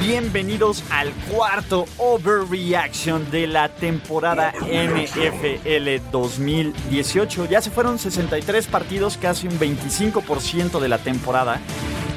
bienvenidos al cuarto overreaction de la temporada NFL 2018. Ya se fueron 63 partidos, casi un 25% de la temporada.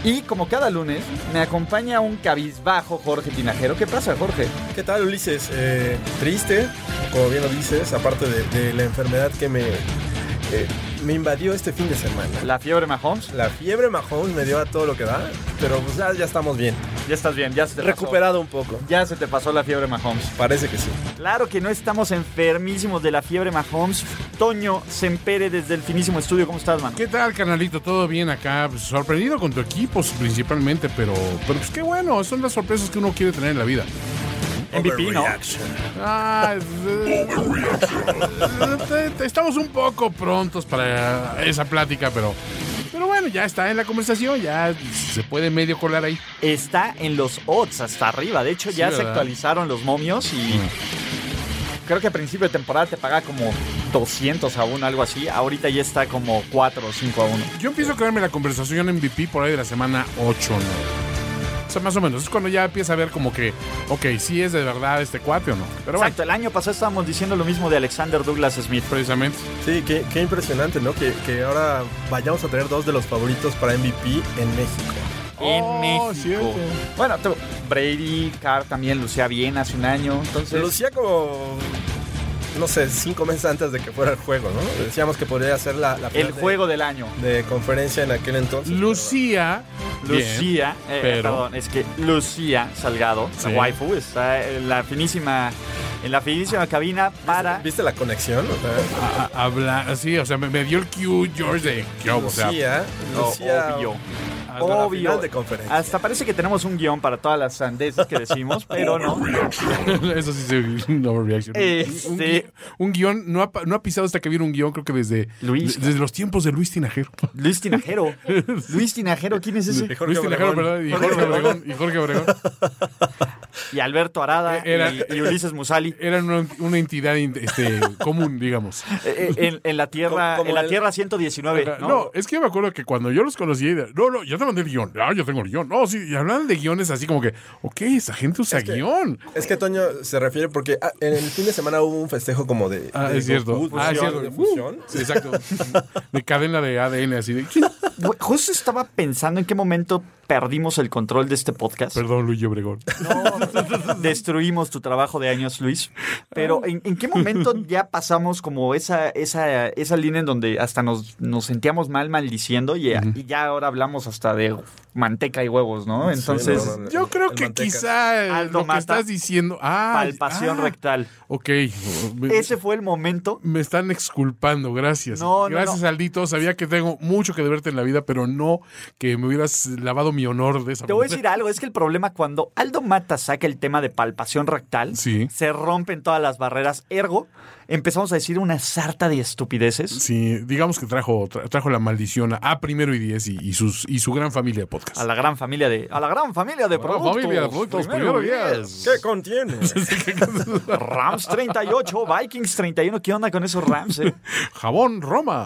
Y como cada lunes, me acompaña un cabizbajo Jorge Tinajero. ¿Qué pasa, Jorge? ¿Qué tal, Ulises? Eh, triste, como bien lo dices, aparte de, de la enfermedad que me, eh, me invadió este fin de semana. ¿La fiebre Mahomes? La fiebre Mahomes me dio a todo lo que da, pero pues ya, ya estamos bien. Ya estás bien, ya se te pasó. Recuperado un poco. Ya se te pasó la fiebre Mahomes. Parece que sí. Claro que no estamos enfermísimos de la fiebre Mahomes. Toño Sempere desde el finísimo estudio. ¿Cómo estás, man? ¿Qué tal, canalito? ¿Todo bien acá? Pues, Sorprendido con tu equipo principalmente, pero, pero pues qué bueno, son las sorpresas que uno quiere tener en la vida. MVP, ¿no? Ah, eh, eh, estamos un poco prontos para esa plática, pero, pero bueno, ya está en la conversación, ya se puede medio colar ahí. Está en los odds hasta arriba. De hecho, Sí, ya se ¿verdad? Mm. actualizaron los momios y creo que a principio de temporada te paga como 200 a 1, algo así. Ahorita ya está como 4 o 5 a 1. Yo empiezo a crearme la conversación MVP por ahí de la semana 8 o 9. O sea, más o menos. Es cuando ya empieza a ver como que, ok, si es de verdad este cuate o no. Pero bueno, Exacto, el año pasado estábamos diciendo lo mismo de Alexander Douglas Smith. precisamente. Sí, qué, qué impresionante, ¿no? Que, que ahora vayamos a tener dos de los favoritos para MVP en México. En Oh, México. cierto. Bueno, tú- Brady, Carr también lucía bien hace un año. Se Entonces, lucía como, no sé, cinco meses antes de que fuera el juego, ¿no? Decíamos que podría ser la, la el final de- juego del año. de conferencia en aquel entonces. pero- Lucía. bien. Lucía, eh, pero- perdón, es que Lucía Salgado, Sí. la waifu, está en la finísima, en la finísima cabina para ¿Viste la conexión? O sea, a- habla así, o sea, me, me dio el cue George de ¿qué hubo? O sea, Lucía, Oh, Lucía, obvio. hasta la Obvio. final de conferencia. Hasta parece que tenemos un guión para todas las sandeces que decimos, pero no. Eso sí es un overreaction. Este- Un, gui- un guión, no ha, pa- no ha pisado hasta que viene un guión, creo que desde, Luis. de- desde los tiempos de Luis Tinajero. Luis Tinajero. Luis Tinajero, ¿quién es ese? Jorge Luis Tinajero, Obregón. ¿verdad? Y Jorge Obregón. Y Jorge Obregón. Y Alberto Eh, Arada Era- y, y Ulises Musali. Eran una, una entidad in- este, común, digamos. Eh, En, en la tierra, Como- como en la el- tierra 119. No, ¿no? es que me acuerdo que cuando yo los conocí, era, no, no, yo te mandé el guión. Ah, yo tengo el guión. No, sí, y hablaban de guiones así como que, ok, esa gente usa guión. Es que Toño se refiere porque ah, en el fin de semana hubo un festejo como de. Ah, de es cierto. Goku, ah, es fusión, cierto. de fusión. Uh, sí, exacto. De cadena de ADN, así de. Güey, Justo estaba pensando en qué momento perdimos el control de este podcast. Perdón, Luis Obregón. Destruimos tu trabajo de años, Luis. Pero ¿en, en qué momento ya pasamos como esa, esa, esa línea en donde hasta nos, nos sentíamos mal maldiciendo y, y ya ahora hablamos hasta de manteca y huevos, ¿no? Entonces, no, no, no. Yo creo El que Mantecas. quizá eh, Aldo lo que Mata. estás diciendo. Ah, palpación ah, rectal. Ok. Me, Ese fue el momento. me están exculpando, gracias. No, no, gracias, no. Aldito. Sabía que tengo mucho que deberte en la vida, pero no que me hubieras lavado mi honor de esa Te voy a manera. decir algo, es que el problema cuando Aldo Mata saca el tema de palpación rectal, Sí. se rompen todas las barreras, ergo, empezamos a decir una sarta de estupideces. Sí, digamos que trajo, tra- trajo la maldición a- a primero y diez y, y sus, y su gran familia de podcast. A la gran familia de. A la gran familia de gran productos. familia de productos, primero diez. ¿Qué contiene? Rams 38, Vikings 31. ¿Qué onda con esos Rams? eh? Jabón, Roma,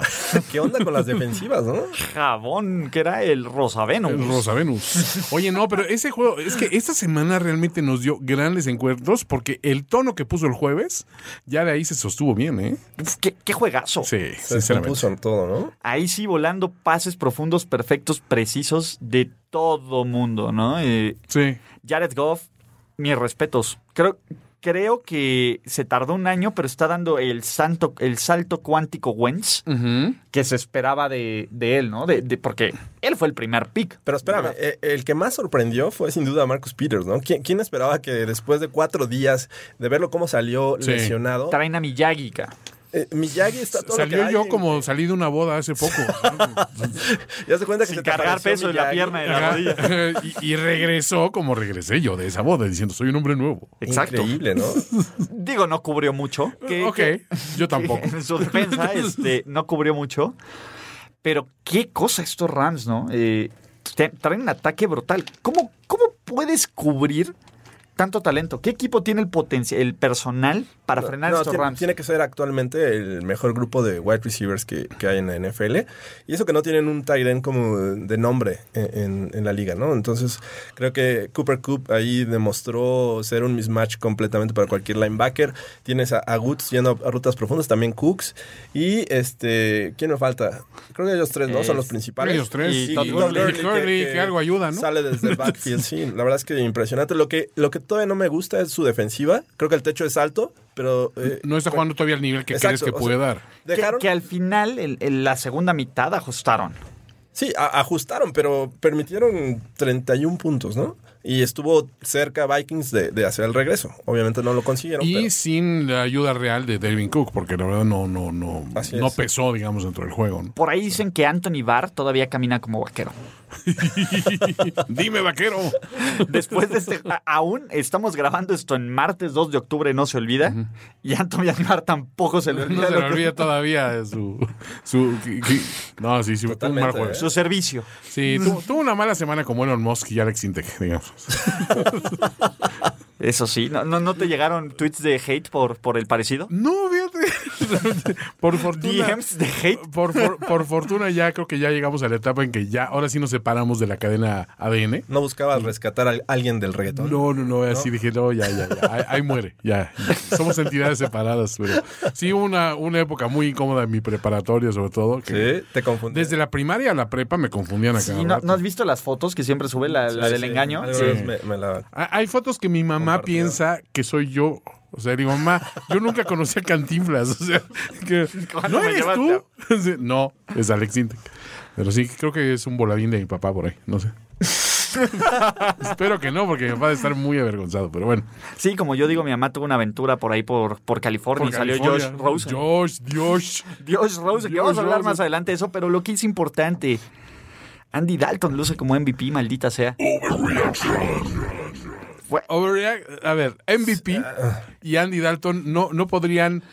¿Qué onda con las defensivas, no? Jabón, que era el Rosaveno. Rosa Venus. Oye, no, pero ese juego, es que esta semana realmente nos dio grandes encuentros porque el tono que puso el jueves, ya de ahí se sostuvo bien, ¿eh? Uf, ¿Qué, qué juegazo. Sí, Se sinceramente. puso en todo, ¿no? Ahí sí volando pases profundos, perfectos, precisos de todo mundo, ¿no? Eh, Sí. Jared Goff, mis respetos. Creo, creo que se tardó un año, pero está dando el, santo, el salto cuántico Wentz Mm. que se esperaba de, de él, ¿no? De, de- porque él fue el primer pick. Pero espérame, eh, el que más sorprendió fue sin duda Marcus Peters, ¿no? ¿Quién, quién esperaba que después de cuatro días de verlo cómo salió Sí. Oh. lesionado, Traen a Miyagi, ca. eh, Miyagi está todo lo que Salió da yo y- como salí de una boda hace poco. Ya se cuenta que Sin se te cargar apareció peso en la Miyagi. pierna de la Ajá. rodilla. y, y regresó como regresé yo de esa boda, diciendo, soy un hombre nuevo. Exacto. Increíble, ¿no? Digo, no cubrió mucho. Que- ok, que- yo tampoco. En su defensa, este, no cubrió mucho. Pero qué cosa estos Rams, ¿no? Eh, te- traen un ataque brutal. ¿Cómo, ¿Cómo puedes cubrir tanto talento? ¿Qué equipo tiene el potencial, el personal para frenar No, estos tiene, Rams? tiene que ser actualmente el mejor grupo de wide receivers que, que hay en la NFL. Y eso que no tienen un tight end como de nombre en, en- en la liga, ¿no? Entonces, creo que Cooper Coop ahí demostró ser un mismatch completamente para cualquier linebacker. Tienes a, a Woods yendo a rutas profundas, también Cooks. Y este, ¿quién me falta? Creo que ellos tres, ¿no? Son los Es- principales. Ellos tres. Y Sí, Todd y Gurley. Todd Gurley, Gurley, que algo ayuda, ¿no? Sale desde el backfield, sí. La verdad es que impresionante. Lo que, lo que todavía no me gusta es su defensiva. Creo que el techo es alto, pero... eh, No está jugando todavía al nivel que Exacto, crees que o sea, puede dar. Que- Dejaron... Que, al final, en- en la segunda mitad, ajustaron. Sí, a- ajustaron, pero permitieron 31 puntos, ¿no? Y estuvo cerca Vikings de, de hacer el regreso. Obviamente no lo consiguieron, Y pero... sin la ayuda real de Devin Cook, porque la verdad no, no, no, Así no es. pesó, digamos, dentro del juego. ¿no? Por ahí dicen que Anthony Barr todavía camina como vaquero. Dime, vaquero. Después de este, a- aún estamos grabando esto en martes 2 de octubre, no se olvida. Y Anthony Barr tampoco se le olvida, No se lo le que- olvida todavía de su. su que- que- no, sí, sí, fue un mal Totalmente, ¿eh? juego. su servicio. Sí, tuvo, tuvo una mala semana como Elon Musk y Alex Integ, digamos. Eso sí, ¿no, no, no te llegaron tweets de hate por, por el parecido? No, fíjate. Por fortuna. DMs de hate. Por, for- por fortuna ya creo que ya llegamos a la etapa en que ya ahora sí nos separamos de la cadena ADN. No buscaba rescatar a alguien del reggaetón. No, no, no, así dije, no, ya, ya, ya, ahí, ahí muere, ya. Somos entidades separadas, pero sí hubo una, una época muy incómoda en mi preparatoria, sobre todo, que Sí, te confundí. desde la primaria a la prepa me confundían acá. Sí, ¿no, no has visto las fotos que siempre sube la, la Sí, del sí, engaño? alguna Sí. vez me- me la- Ah, Hay fotos que mi mamá Compartida. piensa que soy yo. O sea, digo, mamá, yo nunca conocí a Cantinflas. O sea, que, ¿Cuándo ¿no me eres tú? Sí, no, es Alex Intec. Pero sí, creo que es un voladín de mi papá por ahí, no sé. Espero que no, porque mi papá debe estar muy avergonzado, pero bueno. Sí, como yo digo, mi mamá tuvo una aventura por ahí por, por California y Por salió California. Josh Rosen. Josh, Josh. Dios, Rose, que Dios, vamos a hablar Rose. más adelante de eso, pero lo que es importante. Andy Dalton luce como MVP, maldita sea. Overreact- a ver, MVP ah. y Andy Dalton no, no podrían,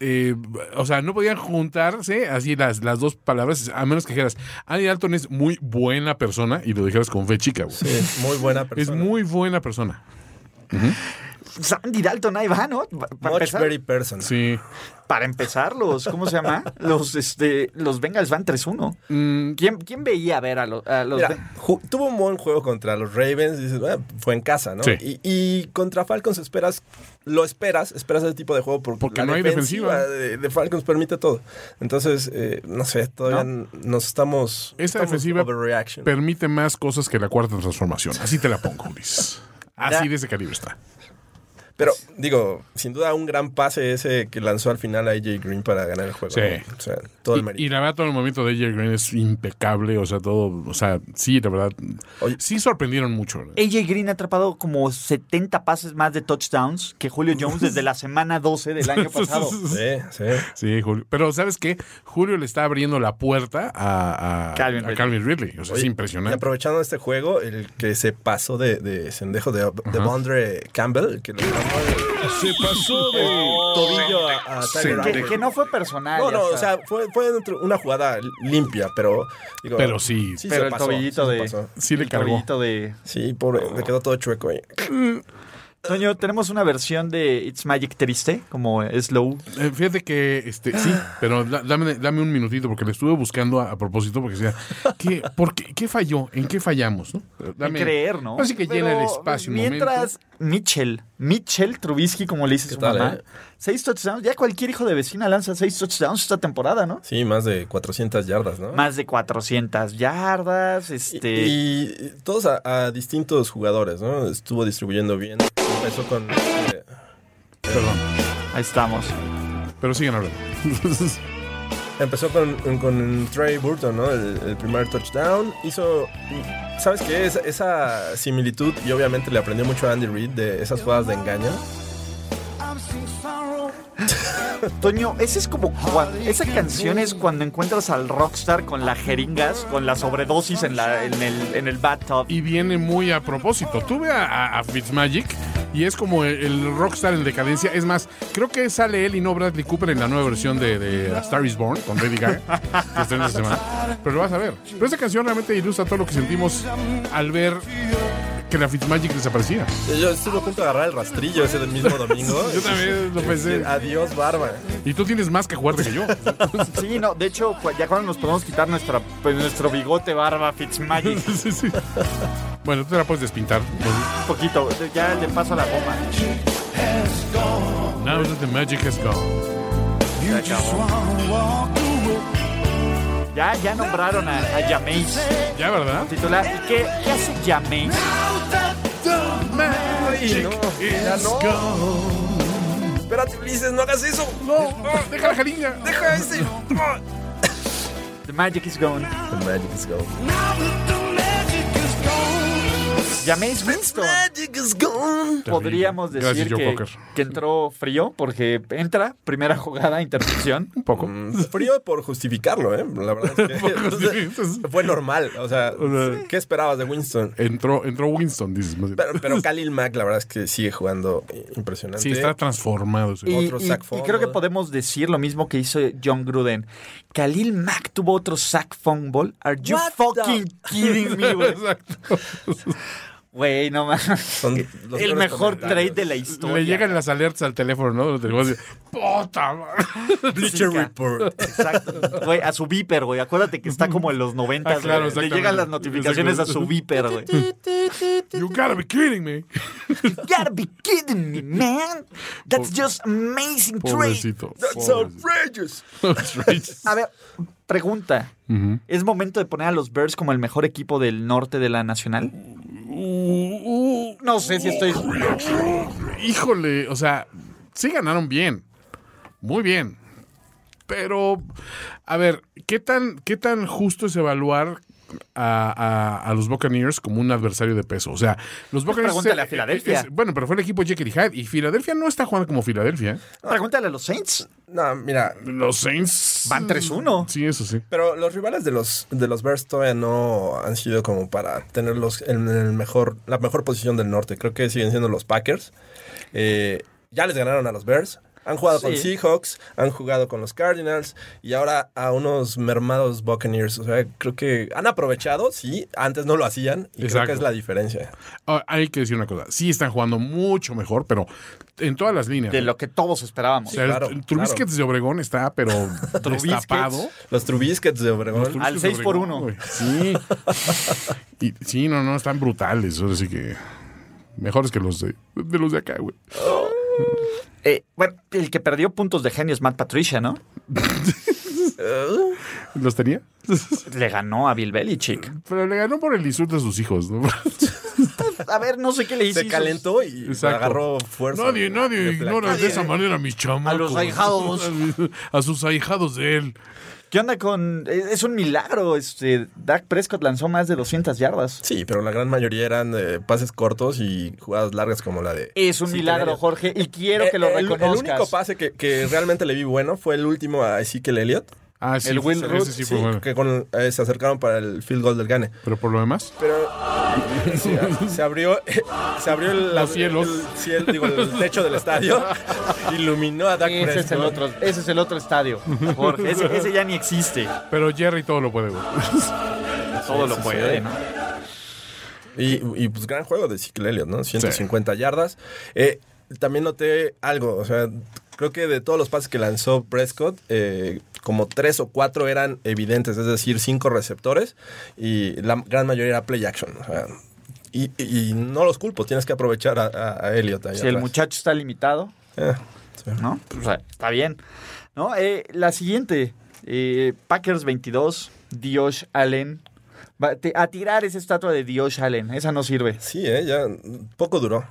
eh, o sea, no podían juntarse así las, las dos palabras, a menos que dijeras, Andy Dalton es muy buena persona y lo dijeras con fe chica, güey. Sí, muy buena Es persona. muy buena persona. Pues Andy Dalton, ahí va, ¿no? Pa- Para Much very empezar, person. Sí. para empezar, los, ¿cómo se llama? Los este, los Bengals van 3-1. Mm, ¿Quién, ¿Quién veía a ver a los, a los Mira, Be- ju- tuvo un buen juego contra los Ravens, dices, "Ah, fue en casa, ¿no? Sí. Y, y contra Falcons esperas, lo esperas, esperas ese tipo de juego porque, Porque la no hay defensiva. De, de Falcons permite todo. Entonces, eh, no sé, todavía nos estamos... Esa estamos defensiva overreaction. permite más cosas que la cuarta transformación. Así te la pongo, Luis. Así de ese calibre está. Pero, digo, sin duda un gran pase ese que lanzó al final a AJ Green para ganar el juego. Sí. ¿no? O sea, todo el mérito. Y, y la verdad, todo el movimiento de AJ Green es impecable. O sea, todo. O sea, sí, la verdad. Oye. Sí sorprendieron mucho. AJ Green ha atrapado como 70 pases más de touchdowns que Julio Jones desde la semana 12 del año pasado. Sí, sí. Sí, Julio. Pero ¿sabes qué? Julio le está abriendo la puerta a, a- Calvin a Ridley. Calvin Ridley. O sea, es Oye, Y impresionante. aprovechando este juego, el que se pasó de, de sendejo de, de Bondre Campbell, que lo llamó Se pasó el tobillo a, a Tyler Que, Allen. que no fue personal. No, ya no, o está. sea, fue, fue dentro- una jugada limpia, pero... digo, Pero sí. sí Pero se el pasó, tobillito sí se de- pasó. Sí le El cargó. cabellito de... Sí, pobre, le quedó todo chueco ahí. Toño, tenemos una versión de It's Magic triste, como eh, Slow. Eh, fíjate que, este, sí, pero da- dame, dame un minutito porque le estuve buscando a, a propósito porque decía, ¿qué, por qué, qué falló? ¿En qué fallamos? ¿no? Dame- en creer, ¿no? Así que llena el Pero espacio. un Mientras Mitchell, Mitchell Trubisky, como le dice su tal, mamá, eh? seis touchdowns. Ya cualquier hijo de vecina lanza seis touchdowns esta temporada, ¿no? Sí, más de 400 yardas, ¿no? Más de 400 yardas, Y- este... Y, y todos a, a distintos jugadores, ¿no? Estuvo distribuyendo bien. Empezó con... eh, Ahí estamos. momento. Pero siguen hablando. Empezó con, con Trey Burton, ¿no? El, el primer touchdown. Hizo. ¿Sabes qué? Es- esa similitud, y obviamente le aprendió mucho a Andy Reid de esas jugadas de engaño. Toño, ese es como cuando, esa canción es cuando encuentras al rockstar con las jeringas, con la sobredosis en, la, en, el, en el bathtub. Y viene muy a propósito. Tuve a, a- a Fitzmagic y es como el, el rockstar en decadencia. Es más, creo que sale él y no Bradley Cooper en la nueva versión de, de A Star is Born con Lady Gaga. que estrena esta semana. Pero lo vas a ver. Pero esa canción realmente ilustra todo lo que sentimos al ver que la Fitzmagic desaparecía. Yo estuve a punto de agarrar el rastrillo ese del mismo domingo. Yo también lo pensé. Adiós, barba. Y tú tienes más que jugarte que yo. Sí, no, de hecho, cu- ya cuando nos podemos quitar nuestra, pues, nuestro bigote, barba, Fitzmagic, Sí, sí. Bueno, tú te la puedes despintar. un poquito, ya le paso la bomba. Now that the magic has gone. Se acabó. Ya, ya nombraron a, a Jameis, Ya, ¿verdad? titular. ¿Y qué, qué hace Jameis? Ya no. Espérate, Ulises, no hagas eso. No, no, deja la jeringa. Deja ese. The Magic is gone. The magic is gone. Jameis Winston. Magic is gone. Podríamos Gracias, decir Joe que, Cocker. que entró frío porque entra, primera jugada, intercepción. Un poco. Mm, Frío por justificarlo, ¿eh? La verdad es que Por justificar. fue normal. O sea, O sea, ¿qué esperabas de Winston? Entró, entró Winston, dices. más bien. Pero, pero Khalil Mack, la verdad es que sigue jugando impresionante. Sí, está transformado. sí. Y, Otro y- sack y fumble. creo que podemos decir lo mismo que hizo John Gruden. Khalil Mack tuvo otro sack fumble. Are you What the- fucking kidding me, güey? Exacto. Güey, no mames. Son los El peores mejor comentarios. trade de la historia. Le llegan las alertas al teléfono, ¿no? Lo tenemos así, ¡Puta madre! Bleacher Chica. Report. Exacto. Güey, a su viper, güey. Acuérdate que está como en los 90. Ah, claro, Le exactamente. llegan las notificaciones a su viper, güey. You You gotta be kidding me. gotta be kidding me, man. That's just amazing trade. Pobrecito. That's pobrecito. outrageous. That's outrageous. A ver, pregunta. ¿Es momento de poner a los Bears como el mejor equipo del norte de la nacional? Uh, No sé si estoy. Híjole, o sea, sí ganaron bien. Muy bien. Pero, a ver, ¿qué tan, qué tan justo es evaluar a, a- a los Buccaneers como un adversario de peso? O sea, los Buccaneers. pregúntale a eh, Filadelfia. es- bueno, pero fue el equipo Jekyll y Hyde. Y Filadelfia no está jugando como Filadelfia. ¿eh? Pregúntale a los Saints. No, mira, Los Saints. Van 3-1. Sí, eso sí. Pero los rivales de los, de los Bears todavía no han sido como para tenerlos en el mejor, la mejor posición del norte. Creo que siguen siendo los Packers. Eh, ya les ganaron a los Bears. Han jugado con Sí. Seahawks, han jugado con los Cardinals y ahora a unos mermados Buccaneers. O sea, creo que han aprovechado, sí, antes no lo hacían y creo Exacto. que es la diferencia. Ah, hay que decir una cosa. Sí están jugando mucho mejor, pero en todas las líneas. De lo que todos o esperábamos. sea, claro, el Trubisky claro. de Obregón está, pero destapado. Los Trubisquets de Obregón. Al seis por uno. güey. Sí. Y- sí, no, no, están brutales. Ahora sí que. Mejores que los de, de los de acá, güey. Eh, bueno, el que perdió puntos de genio es Matt Patricia, ¿no? ¿Los tenía? Le ganó a Bill Belichick. Pero le ganó por el insulto a sus hijos, ¿no? A ver, no sé qué le hizo. Se calentó y Exacto. agarró fuerza. Nadie, nadie de ignora placa. de esa manera a mis chamacos. A los ahijados. A sus ahijados de él. ¿Qué onda con.? Es es un milagro. Este, Dak Prescott lanzó más de 200 yardas. Sí, pero la gran mayoría eran eh, pases cortos y jugadas largas como la de... Es un Sí, milagro, tenés- Jorge, y quiero que lo El- el- reconozcas. El único pase que, que realmente le vi bueno fue el último a Ezekiel Elliott. Ah, sí. El Will ese Root, sí fue bueno. que con- eh, se acercaron para el field goal del Gane. Pero por lo demás. Pero sí, se abrió, eh, se abrió el, Los cielos. el cielo, digo, el techo del estadio, iluminó a Dak Ese es, el Prescott. otro, ese es el otro estadio, Jorge. Ese, ese ya ni existe. Pero Jerry todo lo puede, güey. Todo lo sí, puede, sí. ¿no? Y, y, pues gran juego de Ezekiel Elliott, ¿no? 150 yardas. Eh, también noté algo, o sea, creo que de todos los pases que lanzó Prescott, eh, como tres o cuatro eran evidentes, es decir, cinco receptores y la gran mayoría era play action. o sea, y, y- y no los culpo, tienes que aprovechar a, a- a Elliott. ahí Si el atrás. muchacho está limitado, Eh, sí. ¿no? O sea, está bien. ¿No? Eh, la siguiente, eh, Packers 22, Diosh Allen. Va- te- a tirar esa estatua de Diosh Allen, esa no sirve. Sí, eh, ya poco duró.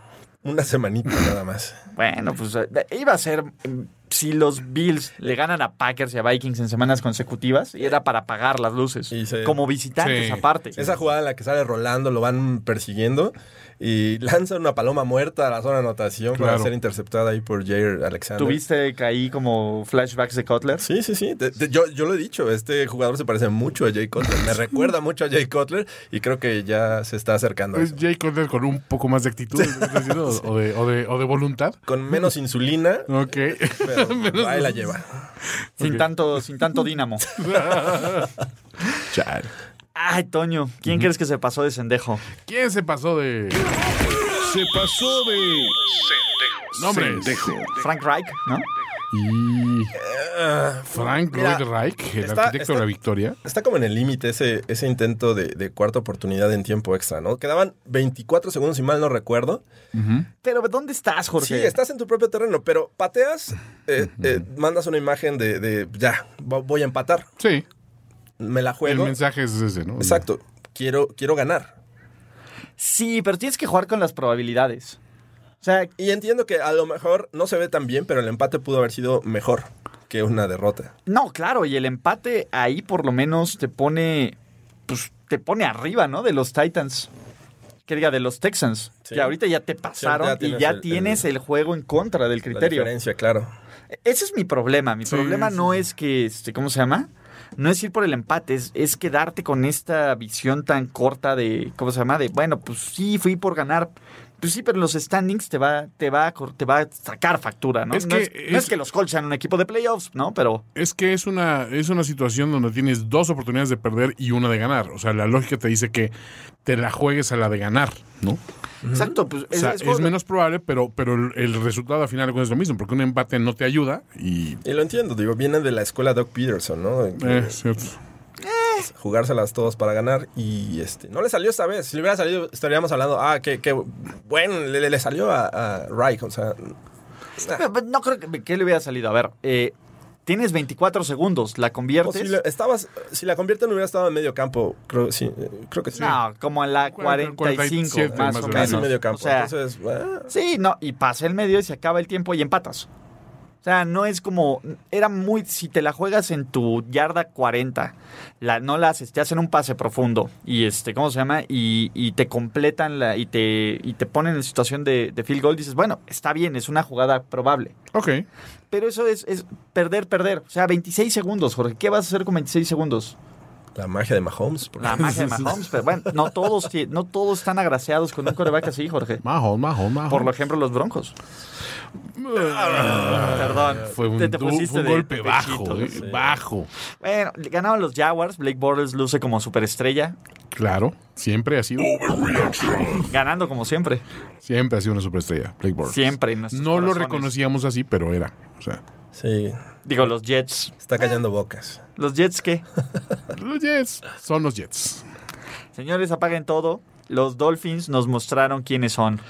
Una semanita nada más. Bueno, pues eh, iba a ser mm, si los Bills le ganan a Packers y a Vikings en semanas consecutivas, y era para apagar las luces. Y se- Como visitantes Sí. aparte. Esa jugada en la que sale Rolando, lo van persiguiendo y lanza una paloma muerta a la zona de anotación para Claro. ser interceptada ahí por Jair Alexander. ¿Tuviste que ahí como flashbacks de Cutler? Sí, sí, sí. Te- te- yo, yo lo he dicho, este jugador se parece mucho a Jay Cutler. Me recuerda mucho a Jay Cutler y creo que ya se está acercando a Es eso. Jay Cutler con un poco más de actitud ¿estás diciendo? O- o, de, o de- o de voluntad. Con menos insulina, Ok. pero ahí la lleva. Sin tanto, sin tanto dínamo. Chale. Ay, Toño, ¿quién crees que se pasó de sendejo? ¿Quién se pasó de Se pasó de nombres? Frank Reich, ¿no? Y Frank Mira, Lloyd Reich, el está- arquitecto está- de la victoria. Está como en el límite ese, ese intento de, de cuarta oportunidad en tiempo extra, ¿no? Quedaban 24 segundos, si mal no recuerdo. Pero ¿dónde estás, Sí, Jorge? estás en tu propio terreno, pero pateas, eh, eh, mandas una imagen de, de, ya, vo- voy a empatar, Sí, me la el juego. mensaje es ese, ¿no? Exacto, quiero, quiero ganar. Sí, pero tienes que jugar con las probabilidades. O sea, Y entiendo que a lo mejor no se ve tan bien, pero el empate pudo haber sido mejor que una derrota. no, claro, y el empate ahí por lo menos te pone, pues, te pone arriba, ¿no? De los Titans. Que diga, de los Texans. Sí. Que ahorita ya te pasaron ya tienes y ya el- tienes el- el juego en contra del La criterio. diferencia, claro. Ese es mi problema. Mi Sí, problema sí, no es que, este, ¿cómo se llama? No es ir por el empate, es, es quedarte con esta visión tan corta de, ¿cómo se llama? De, bueno, pues sí, fui por ganar. Pues sí, pero los standings te va, te va, a cor- te va a sacar factura, ¿no? Es no, que es, no es es- que los Colts sean un equipo de playoffs, ¿no? Pero Es que es una, es una situación donde tienes dos oportunidades de perder y una de ganar. O sea, la lógica te dice que te la juegues a la de ganar, ¿no? Exacto, pues O sea, es, es- es- menos probable, pero, pero el, el resultado al final de cuentas es lo mismo, porque un empate no te ayuda y... Y lo entiendo, digo, viene de la escuela Doc Peterson, ¿no? Eh, es cierto. jugárselas todas para ganar y este no le salió esta vez. Si le hubiera salido, estaríamos hablando, ah, qué, qué bueno, le, le- le salió a, a Reich, o sea, Pero, pero no creo que, que le hubiera salido. A ver, eh, tienes 24 segundos, la conviertes. posible- estabas, si la convierten hubiera estado en medio campo, creo, sí, eh, creo que sí. No, como en la Cuarenta- 45, 47 más, más o o menos. Casi medio campo. O sea, Entonces, ah, Sí, no, y pasa el medio y se acaba el tiempo y empatas. O sea, no es como. Era muy. Si te la juegas en tu yarda 40, la, no la haces, te hacen un pase profundo y este, ¿cómo se llama? Y, y te completan la, y, te, y te ponen en situación de, de field goal. Dices, bueno, está bien, es una jugada probable. Ok. Pero eso es, es perder, perder. O sea, 26 segundos, Jorge. ¿Qué vas a hacer con 26 segundos? la magia de Mahomes. por La magia de Mahomes. Pero bueno, no todos, tie- no todos están agraciados con un coreback así, Jorge. Majo, majo, majo. Por ejemplo, los broncos. Perdón. Ah, Fue un, Te- te du- pusiste fue un de- golpe de bajo, pechito, eh, bajo. Bueno, ganaban los Jaguars. Blake Bortles luce como superestrella. Claro, siempre ha sido, Ganando como siempre. siempre ha sido una superestrella, Blake Bortles. Siempre. en nuestros No lo corazones. reconocíamos así, pero era. O sea, Sí, Digo, los Jets. está callando bocas. ¿Los Jets qué? los Jets son los Jets. Señores, apaguen todo. Los Dolphins nos mostraron quiénes son.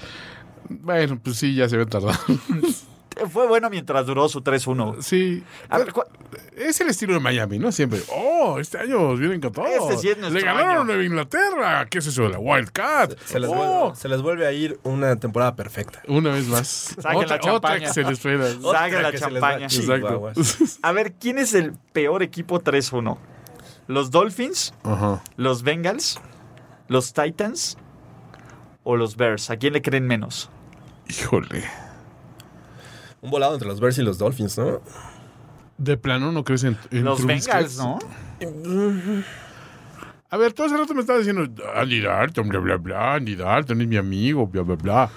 Bueno, pues sí, ya se ven tardado. Eh, Fue bueno mientras duró su 3-1. Sí. A ver, ¿cuál- Es el estilo de Miami, ¿no? Siempre. Oh, este año vienen con todo. Este sí es nuestro Le ganaron año. a Inglaterra. ¿Qué es eso de la Wildcat? Se les, Oh, vuelve, se les vuelve a ir una temporada perfecta. una vez más. Saquen la Otra, otra champaña. que se les fue la- Saca la que se les champaña. va Chihuahuas. Exacto. A ver, ¿quién es el peor equipo 3-1? ¿Los Dolphins? Ajá. ¿Los Bengals? ¿Los Titans? ¿O los Bears? ¿A quién le creen menos? Híjole. Un volado entre los Bears y los Dolphins, ¿no? De plano no crees en, en Los Trubisky? Bengals, ¿no? A ver, todo ese rato me estaba diciendo "Ah, Andy Dalton, bla, bla, bla. Andy Dalton es mi amigo, bla, bla, bla.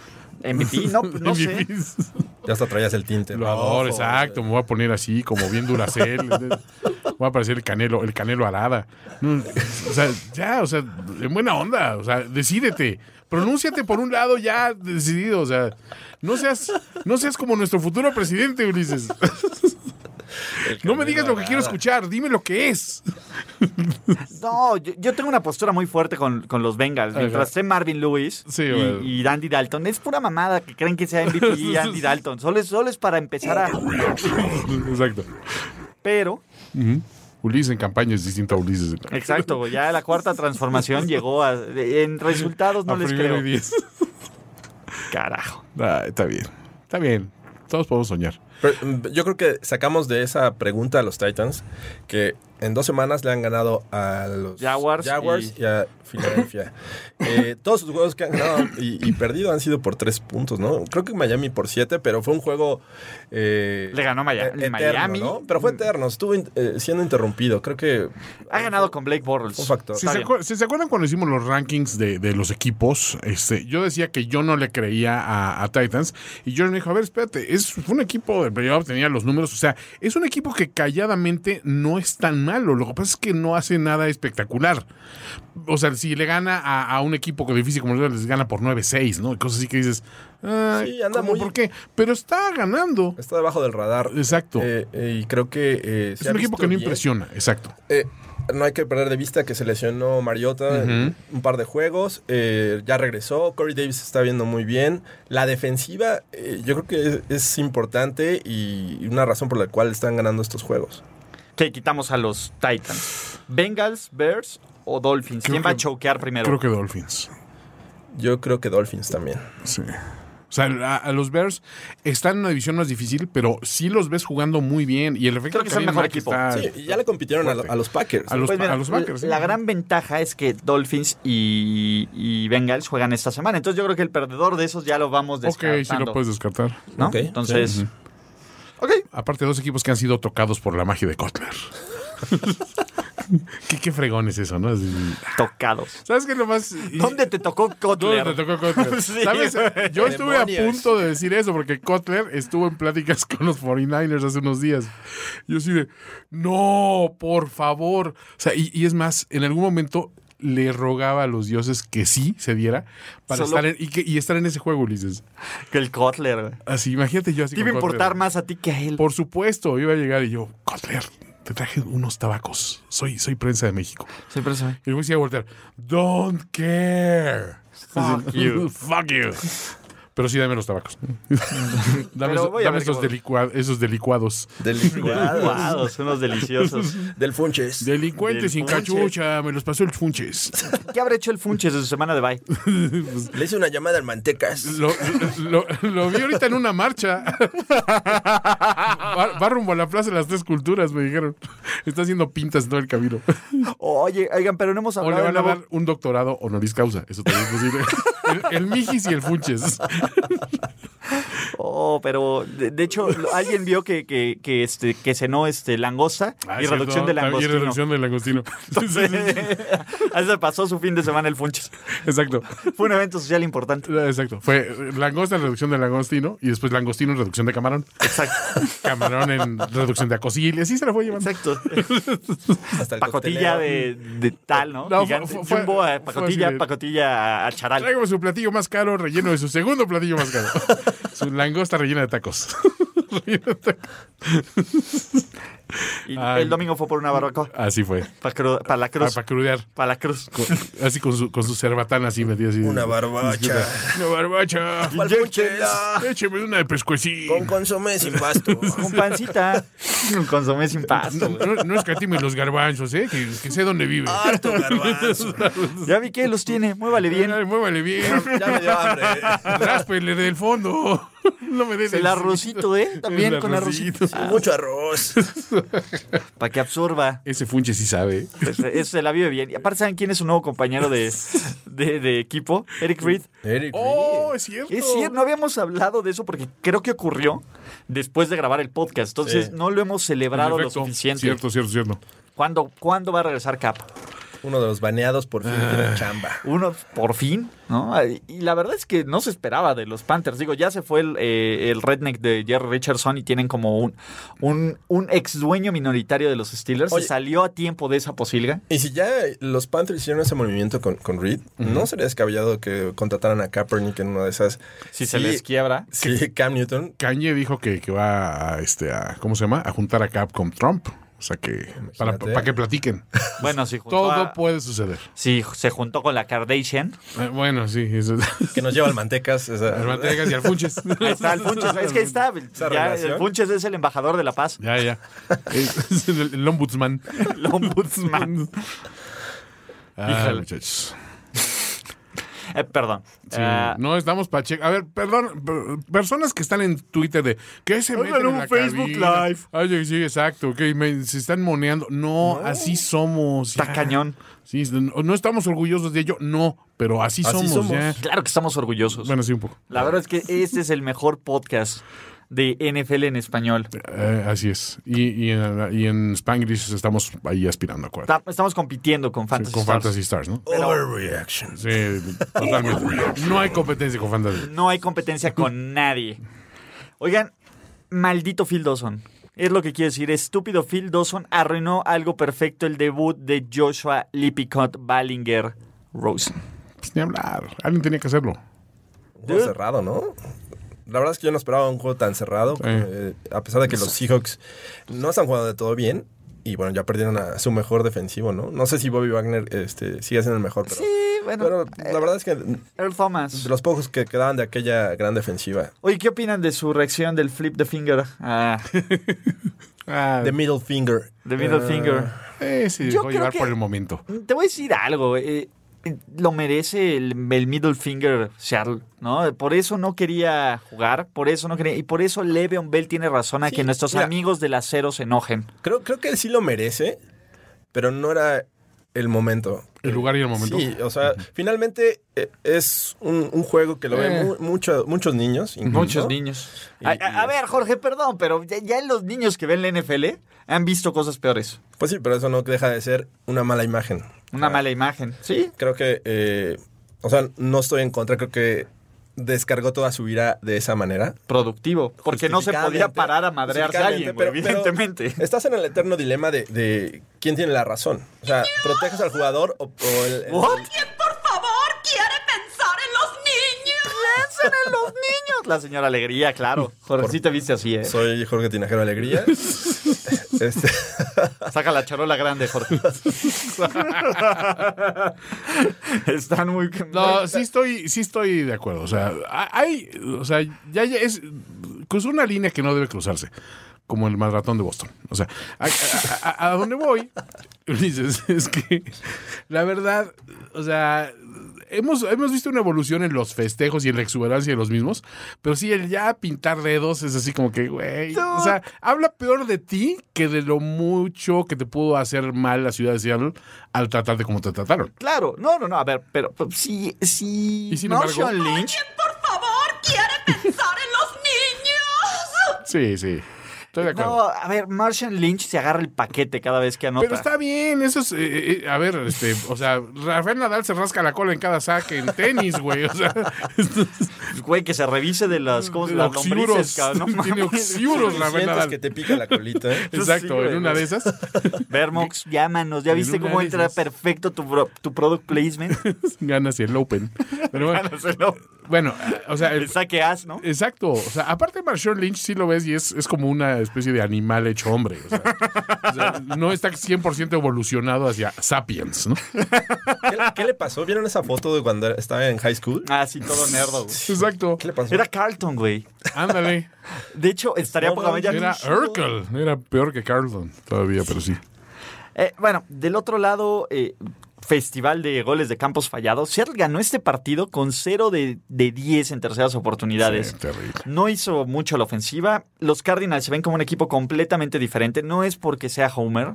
MVP, no, no En mi sé. pis- Ya hasta traías el tinte. Lo rojo. adoro, exacto. Me voy a poner así, como bien Duracel. voy a parecer el canelo, el canelo arada. No, o sea, ya, o sea, en buena onda. O sea, decídete. Pronúnciate por un lado ya decidido. O sea, no seas, no seas como nuestro futuro presidente, Ulises. No me digas lo que quiero escuchar, dime lo que es. No, yo, yo tengo una postura muy fuerte con, con los Bengals. Mientras esté Marvin Lewis Sí, y, bueno. y Andy Dalton, es pura mamada que creen que sea MVP Andy Dalton. Solo es, solo es para empezar a... Exacto. Pero, Ulises en campaña es distinto a Ulises. en- exacto, güey, ya la cuarta transformación llegó a... En resultados no a les primero y creo. diez. Carajo. Ah, está bien. Está bien. Todos podemos soñar. Pero, mm, yo creo que sacamos de esa pregunta a los Titans que en dos semanas le han ganado a los Jaguars y... a Filadelfia. Eh, todos sus juegos que han ganado y, y perdido han sido por tres puntos, ¿no? Creo que Miami por siete, pero fue un juego. eh, Le ganó E-, Maya- eterno, Miami. ¿no? Pero Mm. fue eterno, estuvo in- eh, siendo interrumpido. Creo que Ha ganado con Blake Bortles. Un factor. Si Está se, bien. acuer- si se acuerdan cuando hicimos los rankings de, de los equipos, este, yo decía que yo no le creía a, a Titans. Y Jordan me dijo, a ver, espérate, es, fue un equipo de playoffs, tenía los números. O sea, es un equipo que calladamente no es tan malo. Lo que pasa es que no hace nada espectacular. O sea, si le gana a, a un equipo que difícil como les gana por 9-6, ¿no? Y Cosas así que dices, ay, Sí, anda ¿cómo, muy- ¿por qué? Pero está ganando. está debajo del radar. Exacto. Eh, eh, y creo que. eh, se es ha un equipo visto que no bien. impresiona, exacto. Eh, no hay que perder de vista que se lesionó Mariota en un par de juegos. eh, ya regresó. Corey Davis se está viendo muy bien. La defensiva, eh, yo creo que es, es importante y una razón por la cual están ganando estos juegos. Que quitamos a los Titans. Bengals, Bears o Dolphins. Creo ¿Quién va a que- choquear primero? Creo que Dolphins. Yo creo que Dolphins también. Sí. O sea, a, a los Bears están en una división más difícil, pero sí los ves jugando muy bien. Y el efecto Creo que son Khalil mejor Mack equipo. está- Sí, y ya le compitieron a, lo- a los Packers. A los, Pues mira, a los Packers. sí. La gran ventaja es que Dolphins y, y Bengals juegan esta semana. Entonces yo creo que el perdedor de esos ya lo vamos Ok, descartando. sí lo puedes descartar. ¿no? Ok, Entonces, sí. ok, Aparte, dos equipos que han sido tocados por la magia de Kotler. ¿Qué, qué fregón es eso, ¿no? Así- tocados. ¿Sabes qué es lo más...? ¿Dónde te tocó Kotler? ¿Dónde te tocó Kotler? Sí, ¿Sabes? Yo estuve a Demonios. punto de decir eso porque Kotler estuvo en pláticas con los 49ers hace unos días. Yo así de, no, por favor. O sea, y, y es más, en algún momento le rogaba a los dioses que sí se diera para Solo- estar en, y, que- y estar en ese juego, Ulises. Que el Kotler. güey. Así, imagínate yo así. Te iba a con Kotler. importar más a ti que a él. Por supuesto, iba a llegar y yo, Kotler, te traje unos tabacos. Soy, soy prensa de México. Siempre se ve. Y luego decía Walter, don't care. Fuck you. Fuck you. Pero sí, dame los tabacos. dame Pero voy a dame ver esos, qué delicua- esos delicuados. Del, Wow, son unos deliciosos. del Funches. Delincuentes sin Funches. cachucha, me los pasó el funches. ¿Qué habrá hecho el Funches de su semana de bye? Le hice una llamada al Mantecas. Lo, lo- lo vi ahorita en una marcha. Va, va rumbo a la Plaza de las Tres Culturas, me dijeron. Está haciendo pintas todo el camino. Oye, oigan, pero no hemos O le hablado van a del nuevo- dar un doctorado honoris causa. Eso también es posible. El, el Mijis y el Funches. Oh, pero de, de hecho, lo- alguien vio que, que, que, este, que cenó este, langosta Ah, y cierto, reducción de también langostino. reducción del langostino. Sí, sí, sí, Así se pasó su fin de semana el Funches. sí. Exacto. Fue un evento social importante. Exacto. Fue eh, langosta en reducción de langostino y después langostino en reducción de camarón. Exacto. Camarón en reducción de acosil y así se la fue llevando. Exacto. Hasta el Pacotilla coctelero. de, de tal, ¿no? No, Gigante. fue- fue- Jumbo a fue pacotilla, así de- pacotilla a charal. Traigo su platillo más caro relleno de su segundo platillo más caro. Su langosta rellena de tacos. Rellena de tacos. Y Ay. el domingo fue por una barbacoa. Así fue. Para, cru- para la cruz. para crudear. Para la cruz. Así con su, con su cerbatana así metida así. Una barbacha. Una barbacha. Al Funches. Écheme una de Con pescuecín. consomé sin pasto. Con pancita. Un consomé sin pasto. güey. No, no escatime los garbanzos, ¿eh? Que, que sé dónde vive. Harto garbanzo. Ya vi que los tiene. Muévale bien. Ay, Muévale bien. Ya me dio hambre. Ráspele del fondo. No me des El arrocito, ¿eh? También El con arrocito. Mucho arroz. Para que absorba. Ese funche sí sabe. Pues, eh, eso se la vive bien. Y aparte, ¿saben quién es su nuevo compañero de, de, de equipo? Eric Reed. Eric Oh, es cierto. Es cierto, no habíamos hablado de eso porque creo que ocurrió después de grabar el podcast. Entonces, Sí. no lo hemos celebrado lo Perfecto. suficiente. Cierto, cierto, cierto. ¿Cuándo, cuándo va a regresar Cap? Uno de los baneados por fin tiene chamba. Uno, por fin, ¿no? Ay, Y la verdad es que no se esperaba de los Panthers. Digo, ya se fue el, eh, el redneck de Jerry Richardson y tienen como un, un, un ex dueño minoritario de los Steelers. Oye. Se salió a tiempo de esa posilga. Y si ya los Panthers hicieron ese movimiento con, con Reed, ¿no sería descabellado que contrataran a Kaepernick en una de esas? Si se Sí, les quiebra. Sí, Cam Newton. Kanye dijo que, que va a, este, a, ¿cómo se llama? A juntar a Cap con Trump. O sea que, para, para que platiquen. Bueno, si juntó Todo a- puede suceder. si se juntó con la Kardashian. Eh, Bueno, sí. Eso. Que nos lleva al Mantecas. o sea, Al Mantegas y al Funches. Ahí está el Funches. Es que ahí está. Ya, relación. el Funches es el embajador de la paz. Ya, ya. Es el, el ombudsman. El ombudsman. Ah, Híjole. muchachos. Eh, perdón. Sí, Ah, Eh, no estamos para checar. A ver, perdón, per- personas que están en Twitter de que se Oigan, meten en un la Facebook cabina? Live. Ay, sí, exacto. Que me- se están moneando. No, así somos. Está ya. cañón. Sí, no no estamos orgullosos de ello. No, pero así, Así somos. somos. ya. Claro que estamos orgullosos. Bueno, sí, un poco. La verdad es que este es el mejor podcast de NFL en español. Eh, así es. Y, y en, y en Spanglish estamos ahí aspirando a cuatro. Ta- Estamos compitiendo con Fantasy con Stars. Fantasy Stars, ¿no? Overreaction. Sí, totalmente. No hay competencia con Fantasy. No hay competencia con nadie. Oigan, maldito Phil Dawson. Es lo que quiero decir. Estúpido Phil Dawson arruinó algo perfecto el debut de Joshua Lippincott Ballinger Rosen. Pues ni hablar. Alguien tenía que hacerlo. Un juego cerrado, ¿no? La verdad es que yo no esperaba un juego tan cerrado, eh, a pesar de que los Seahawks no están jugando de todo bien. Y bueno, ya perdieron a su mejor defensivo, ¿no? No sé si Bobby Wagner este, sigue siendo el mejor, pero, Sí, bueno. eh, pero la verdad es que de Earl Thomas. los pocos que quedaban de aquella gran defensiva, Oye, ¿qué opinan de su reacción del flip the finger? Ah, Ah, The Middle Finger. the middle Eh, finger. eh, se Yo dejó creo llevar que- por el momento. Te voy a decir algo. eh, eh, lo merece el, el middle finger, Charles, ¿no? Por eso no quería jugar, por eso no quería. Y por eso Le'Veon Bell tiene razón a Sí, que nuestros mira. amigos del acero se enojen. Creo, creo que él sí lo merece, pero no era el momento. El lugar y el momento. Sí, o sea, finalmente eh, es un, un juego que lo Eh. ven mu- mucho- muchos niños. incluso. Muchos niños. Y- A, y a- a ver, Jorge, perdón, pero ya, ya los niños que ven la NFL han visto cosas peores. Pues sí, pero eso no deja de ser una mala imagen. Una Ah. mala imagen. Sí. Creo que, eh, o sea, no estoy en contra, creo que descargó toda su ira de esa manera. Productivo. Porque no se podía Justificadamente, parar a madrearse a alguien, güey, justificadamente, pero- evidentemente. pero estás en el eterno dilema de, de quién tiene la razón. O sea, ¿proteges al jugador o, o el- el- ¿What? ¿Quién, por favor, quiere pensar en los niños? Piensen en los niños. La señora Alegría, claro. Jorge, sí te viste así, ¿eh? Soy Jorge Tinajero Alegría. Este, Saca la charola grande, Jorge. Están muy... No, sí estoy, sí estoy de acuerdo. O sea, hay, o sea, ya, ya es cruzó una línea que no debe cruzarse, como el maratón de Boston. O sea, a, a- a- a donde voy, Ulises, es que la verdad, o sea, hemos, hemos visto una evolución en los festejos y en la exuberancia de los mismos, pero sí el ya pintar dedos es así como que, güey, o sea, habla peor de ti que de lo mucho que te pudo hacer mal la ciudad de Seattle al tratarte como te trataron. Claro, no, no, no, a ver, pero pero sí, sí... Y sin no, embargo- Sean Lynch... ¿Quién, por favor, quiere pensar en los niños? Sí, sí. Estoy de acuerdo. No, a ver, Martian Lynch se agarra el paquete cada vez que anota. Pero está bien, eso es. eh, eh, a ver, este, o sea, Rafael Nadal se rasca la cola en cada saque en tenis, güey. O sea, esto es- Güey, que se revise de las cosas, de las oxiuros. lombrices, cabrón. No Tiene mames. oxiuros Rafael sientes que Nadal. te pica la colita. ¿eh? Exacto, Sí, güey. en una de esas. Vermox, llámanos. ¿Ya En viste una cómo de entra esas. perfecto tu, pro- tu product placement? Ganas el Open. Pero bueno, bueno, o sea, el- El saque as, ¿no? Exacto. O sea, aparte Marshawn Lynch sí lo ves y es, es como una especie de animal hecho hombre. O sea, o sea, no está 100% evolucionado hacia Sapiens, ¿no? ¿Qué, le- qué le pasó? ¿Vieron esa foto de cuando estaba en high school? Ah, sí, todo nerdo, güey. Exacto. ¿Qué le pasó? Era Carlton, güey. Ándale. De hecho, estaría No, poca madre- Era Urkel. Era peor que Carlton todavía, pero sí. Eh, bueno, del otro lado, eh, festival de goles de campos fallados. Seattle ganó este partido con 0 de, de 10 en terceras oportunidades. Sí, terrible. No hizo mucho la ofensiva. Los Cardinals se ven como un equipo completamente diferente. No es porque sea Homer,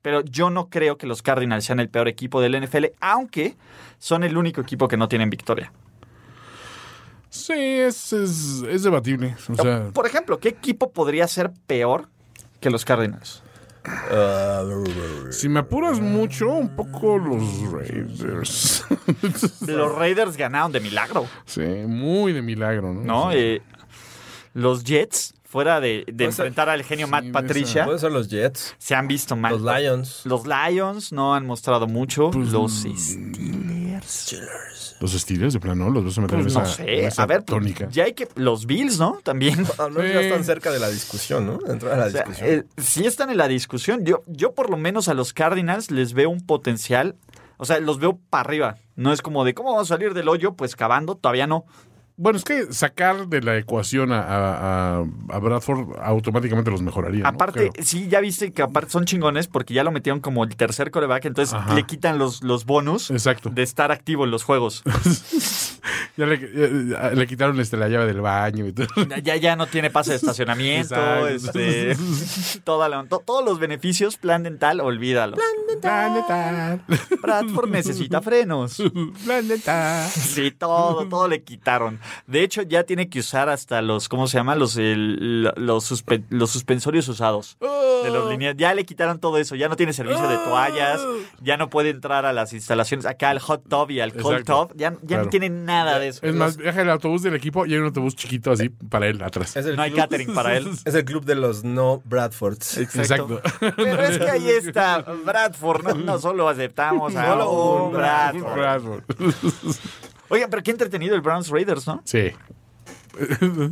pero yo no creo que los Cardinals sean el peor equipo del NFL, aunque son el único equipo que no tienen victoria. Sí, es, es, es debatible. O sea, Por ejemplo, ¿qué equipo podría ser peor que los Cardinals? Ah, si me apuras mucho, un poco los Raiders. Los Raiders ganaron de milagro, sí, muy de milagro, ¿no? ¿no? O sea, Eh, los Jets, fuera de, de O sea, enfrentar al genio Matt de Patricia, Pueden ser los Jets, se han visto mal. los Pues, Lions. Los Lions no han mostrado mucho. los Steelers. los Steelers, de plano, los vas a meter en esa, Pues no sé. en esa a ver, pues, tónica. ya hay que. Los Bills, ¿no? También. Al menos Ah, ya están cerca de la discusión, ¿no? Entrar a la O sea, discusión. eh, sí están en la discusión. Yo, yo por lo menos a los Cardinals les veo un potencial. O sea, los veo para arriba. No es como de cómo vamos a salir del hoyo, pues cavando, todavía no. Bueno, es que sacar de la ecuación a, a- a- a Bradford automáticamente los mejoraría. ¿no? Aparte, Creo. sí, ya viste que aparte son chingones porque ya lo metieron como el tercer coreback, entonces Ajá. le quitan los, los bonus Exacto. de estar activo en los juegos. Ya le, ya- ya le quitaron este, la llave del baño y todo. ya, ya no tiene pase de estacionamiento, Exacto. este, toda la- to- todos los beneficios, plan dental, olvídalo. Planetar. Bradford necesita frenos. Planetar. Sí, todo, todo le quitaron. De hecho, ya tiene que usar hasta los, ¿cómo se llama? Los, el- los, suspe- los suspensorios usados. De los lineales. Ya le quitaron todo eso. Ya no tiene servicio de toallas. Ya no puede entrar a las instalaciones. Acá al hot tub y al cold Exacto. tub. Ya, ya Claro. no tiene nada de eso. Es más, viaja el autobús del equipo y hay un autobús chiquito así para él atrás. Es el, no hay club, catering para él. es el club de los no Bradfords. Exacto. Pero es que ahí está Bradford. No, no solo aceptamos a un Bradford. Bradford. Oigan, pero qué entretenido el Browns Raiders, ¿no? Sí.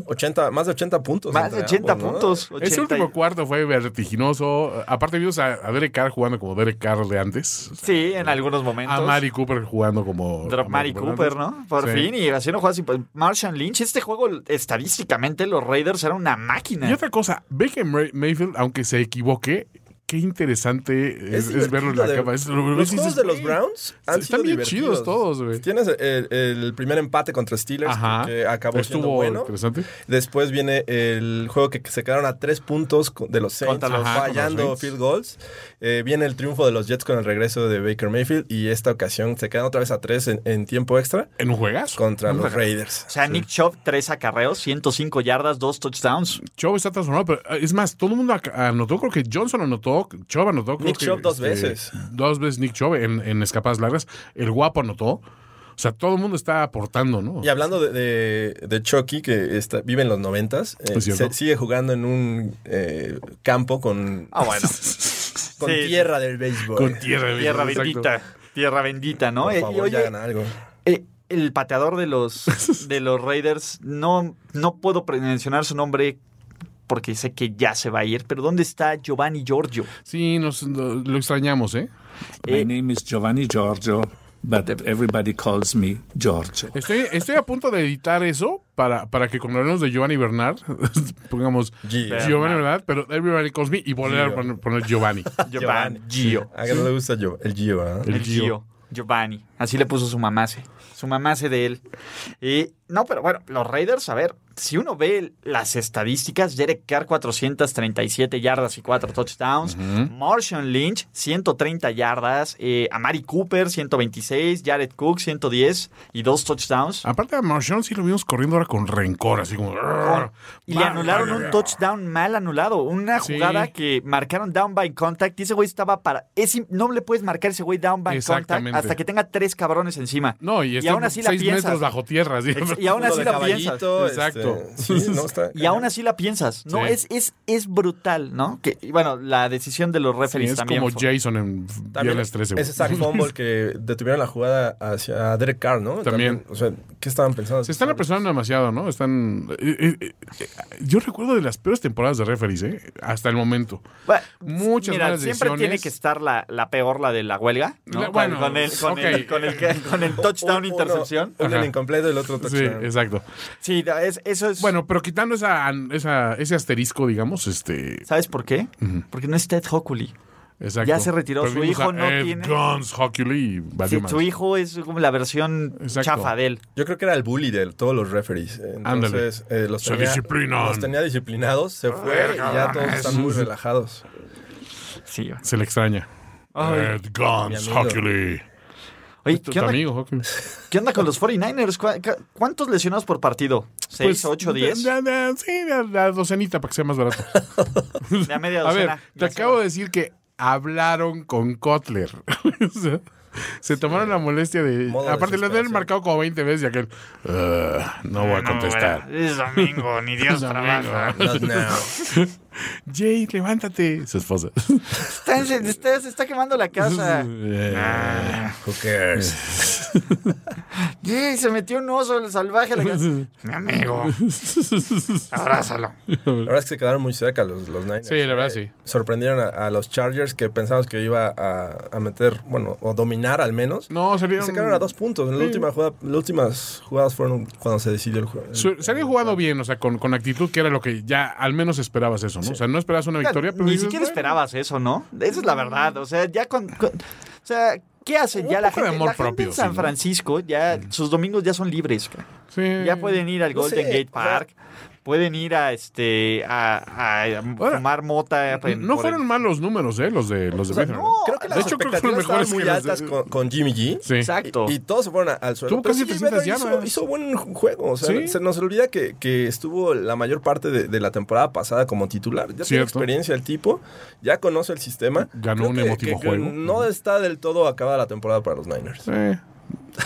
80, más de 80 puntos. Pues Más de entre 80 ambos, ¿no? puntos. Ese 80 y- último cuarto fue vertiginoso. Aparte vimos a, a Derek Carr jugando como Derek Carr de antes. Sí, en algunos momentos. A Mari Cooper jugando como... Drop a Mari Cooper, ¿no? Por Sí. fin, y haciendo jugadas. imp- Marshall Lynch, este juego estadísticamente, los Raiders eran una máquina. Y otra cosa, Baker May- Mayfield, aunque se equivoque, qué interesante es, es verlo en la divertido de- cama. Es- lo- Los dices, juegos de los "Güey". Browns han Están sido bien divertidos. chidos todos, güey. Tienes el, el primer empate contra Steelers Ajá. que acabó siendo Estuvo bueno. interesante. Después viene el juego que se quedaron a tres puntos con- de los Saints, Contra los- Ajá, fallando con los Saints. field goals. Eh, viene el triunfo de los Jets con el regreso de Baker Mayfield y esta ocasión se quedan otra vez a tres en, en tiempo extra En un juegazo. contra los Raiders. O sea, Nick Chubb, tres acarreos, 105 yardas, dos touchdowns. Chubb está transformado, pero eh, es más, todo el mundo ac- anotó, creo que Johnson anotó, Chubb anotó. creo Nick que, Chubb dos este, veces. Dos veces Nick Chubb en, en escapadas largas. El guapo anotó. O sea, todo el mundo está aportando, ¿no? Y hablando de, de- de Chucky, que está, vive en los noventas, eh, Es cierto. se- sigue jugando en un eh, campo con, Ah, bueno. con sí. tierra del béisbol. Con tierra, Tierra exacto. bendita. Tierra bendita, ¿no? Por Eh, y favor, ya oye, hagan algo. eh, el pateador de los, de los Raiders, no, no puedo pre- mencionar su nombre porque sé que ya se va a ir, pero ¿dónde está Giovanni Giorgio? Sí, nos, lo, lo extrañamos, ¿eh? My name is Giovanni Giorgio, but everybody calls me Giorgio. Estoy, estoy a punto de editar eso para, para que cuando hablemos de Giovanni Bernard, pongamos Gio. Giovanni Bernard, pero Everybody Calls Me y volver a Gio. poner, poner Giovanni. Giovanni. Gio. A que no le gusta Gio- el Gio, ¿ah? ¿verdad? El El Gio. Gio. Giovanni. Así le puso su mamase. Su mamase de él. Y, no, pero bueno, los Raiders, a ver, si uno ve las estadísticas, Derek Carr 437 yardas y 4 touchdowns. Marshawn Lynch 130 yardas. eh, Amari Cooper 126. Jared Cook 110 y 2 touchdowns. Aparte de Marshawn, sí lo vimos corriendo ahora con rencor, así como... "Ah, Y le anularon un touchdown mal anulado. Una Sí. jugada que marcaron down by contact. Y ese güey estaba para. es im- no le puedes marcar ese güey down by contact Exactamente. hasta que tenga tres cabrones encima. No, y, está aún así la seis piensas. metros bajo tierra. así. Ex- Y aún Uno así de la piensas. caballito, Exacto. este, sí, no, está Y aún así la piensas. No, Sí. es, es, es brutal, ¿no? Que, y bueno, la decisión de los Sí, referees es también. como fue- Jason en También Viernes 13. güey. Ese sack fumble que detuvieron la jugada hacia Derek Carr, ¿no? También. O sea, ¿qué estaban pensando? Se están apresurando demasiado, ¿no? Están. eh, eh, eh, eh, yo recuerdo de las peores temporadas de referees, ¿eh? Hasta el momento. Bueno, Muchas mira, malas siempre decisiones. tiene que estar la, la peor, la de la huelga. ¿no? La- Con- bueno, con, el, con, el, ok. con, el, que- con el touchdown Un- uno- intercepción. Uno Ajá. en incompleto y el otro Sí, touchdown. exacto. Sí, da- es- eso es. Bueno, pero quitando esa, esa- ese asterisco, digamos, este. ¿Sabes por qué? Porque no es Ted Hockley. Exacto. Ya se retiró, su Perdimos hijo a no Ed tiene- Guns, Hockley y Sí, valió su madre. hijo es como la versión Exacto. chafa de él. Yo creo que era el bully de todos los referees. Entonces, eh, los, Se tenía, disciplinan. los tenía disciplinados, se fue y ya todos están muy relajados. Sí. Se le extraña. Ay. Ed Guns, Mi amigo. Hockley. Oye, Tu, ¿qué tu onda, amigo, Hockley. qué onda con los 49ers? ¿Cuá- ca- ¿Cuántos lesionados por partido? ¿Seis, ocho, diez? Pues, da- da- sí, la, la docenita para que sea más barato. De a media A ver, docena. te Ya acabo saben. de decir que hablaron con Kotler. O sea, se tomaron la molestia de. Modo aparte, le habían desesperación. marcado como 20 veces y aquel. "Ah, no voy a contestar. Es domingo, ni Dios Es domingo. trabaja. Not now. Jade, levántate. Su esposa. Está, en- está- se está quemando la casa. Who cares? eh, Yay, se metió un oso salvaje a la casa. Mi amigo. Abrázalo. La verdad es que se quedaron muy cerca los, los Niners. Sí, la verdad sí. Sorprendieron a, a los Chargers que pensamos que iba a, a meter, bueno, o dominar al menos. No, Y salieron. se quedaron a dos puntos. En la última jugada, las últimas jugadas fueron cuando se decidió el juego. Su- Salió jugado bien, o sea, con, con actitud, que era lo que ya al menos esperabas eso, ¿no? O sea, no esperabas una victoria, pero. Ni dices, siquiera "Bueno". esperabas eso, ¿no? Esa es la verdad. O sea, ya con. con- o sea. ¿Qué hacen Un ya la poco de gente? amor la gente propio, en sí, San ¿no? Mm. Francisco, ya sus domingos ya son libres. cara. Sí. Ya pueden ir al No sé, Golden Gate o sea- Park, pueden ir a este a, a fumar mota. en- No por fueron el- malos números, ¿eh? Los de los Ah, de Bethlehem. no, Creo De que las hecho, creo que expectativas fueron mejores estaban muy que las de- altas con, con Jimmy G. Sí. Exacto. Y todos se fueron a- al suelo. Tuvo Pero casi sí, 300 Bethel yardas. Hizo, hizo buen juego. O sea, Sí. se nos olvida que, que estuvo la mayor parte de, de la temporada pasada como titular. Ya tiene Cierto. experiencia el tipo, ya conoce el sistema. Ganó un emotivo juego. No está del todo acabada la temporada para los Niners. Sí.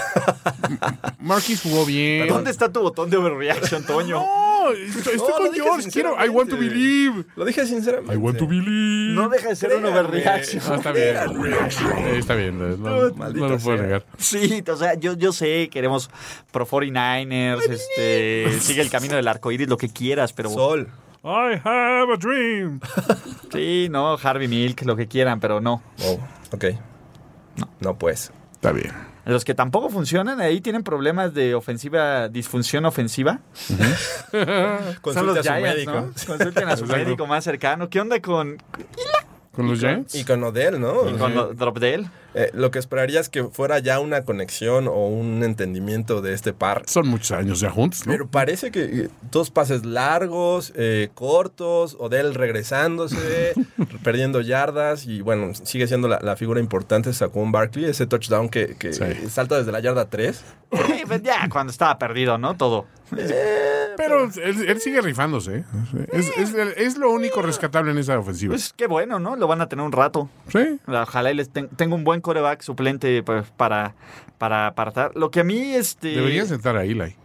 Marquis jugó bien. ¿Dónde está tu botón de overreaction, Toño? No, estoy, estoy No, lo con dije George. Quiero. I want to sinceramente. believe. Lo dije sinceramente. I want to believe. No deja de ser un Créame. overreaction. Ah, está bien. Eh, Está bien. eh, No, Maldita no lo puedo sea. negar. Sí, o sea, yo, yo sé, queremos pro 49ers, este, sigue el camino del arco iris, lo que quieras, pero Sol. I have a dream. sí, no, Harvey Milk, lo que quieran, pero no. Oh, ok. No, pues. Está bien. Los que tampoco funcionan, ahí tienen problemas de ofensiva, disfunción ofensiva. Son los Consulta a su Giants, médico. ¿no? Consulten a su médico más cercano. ¿Qué onda con, ¿Con los Giants? Y con Odell, ¿no? con lo- Drop Dell? Eh, lo que esperaría es que fuera ya una conexión o un entendimiento de este par. Son muchos años ya juntos, ¿no? Pero parece que eh, dos pases largos, eh, cortos, Odell regresándose, perdiendo yardas y bueno, sigue siendo la, la figura importante Saquon Barkley, ese touchdown que, que Sí. salta desde la yarda 3. Eh, pues ya, cuando estaba perdido, ¿no? Todo. Pero él, él sigue rifándose. ¿eh? Es, es- es lo único rescatable en esa ofensiva. Pues qué bueno, ¿no? Lo van a tener un rato. Sí. Ojalá y les ten- tenga un buen coreback suplente pues, para, para apartar. Lo que a mí, este... Deberían sentar a Eli.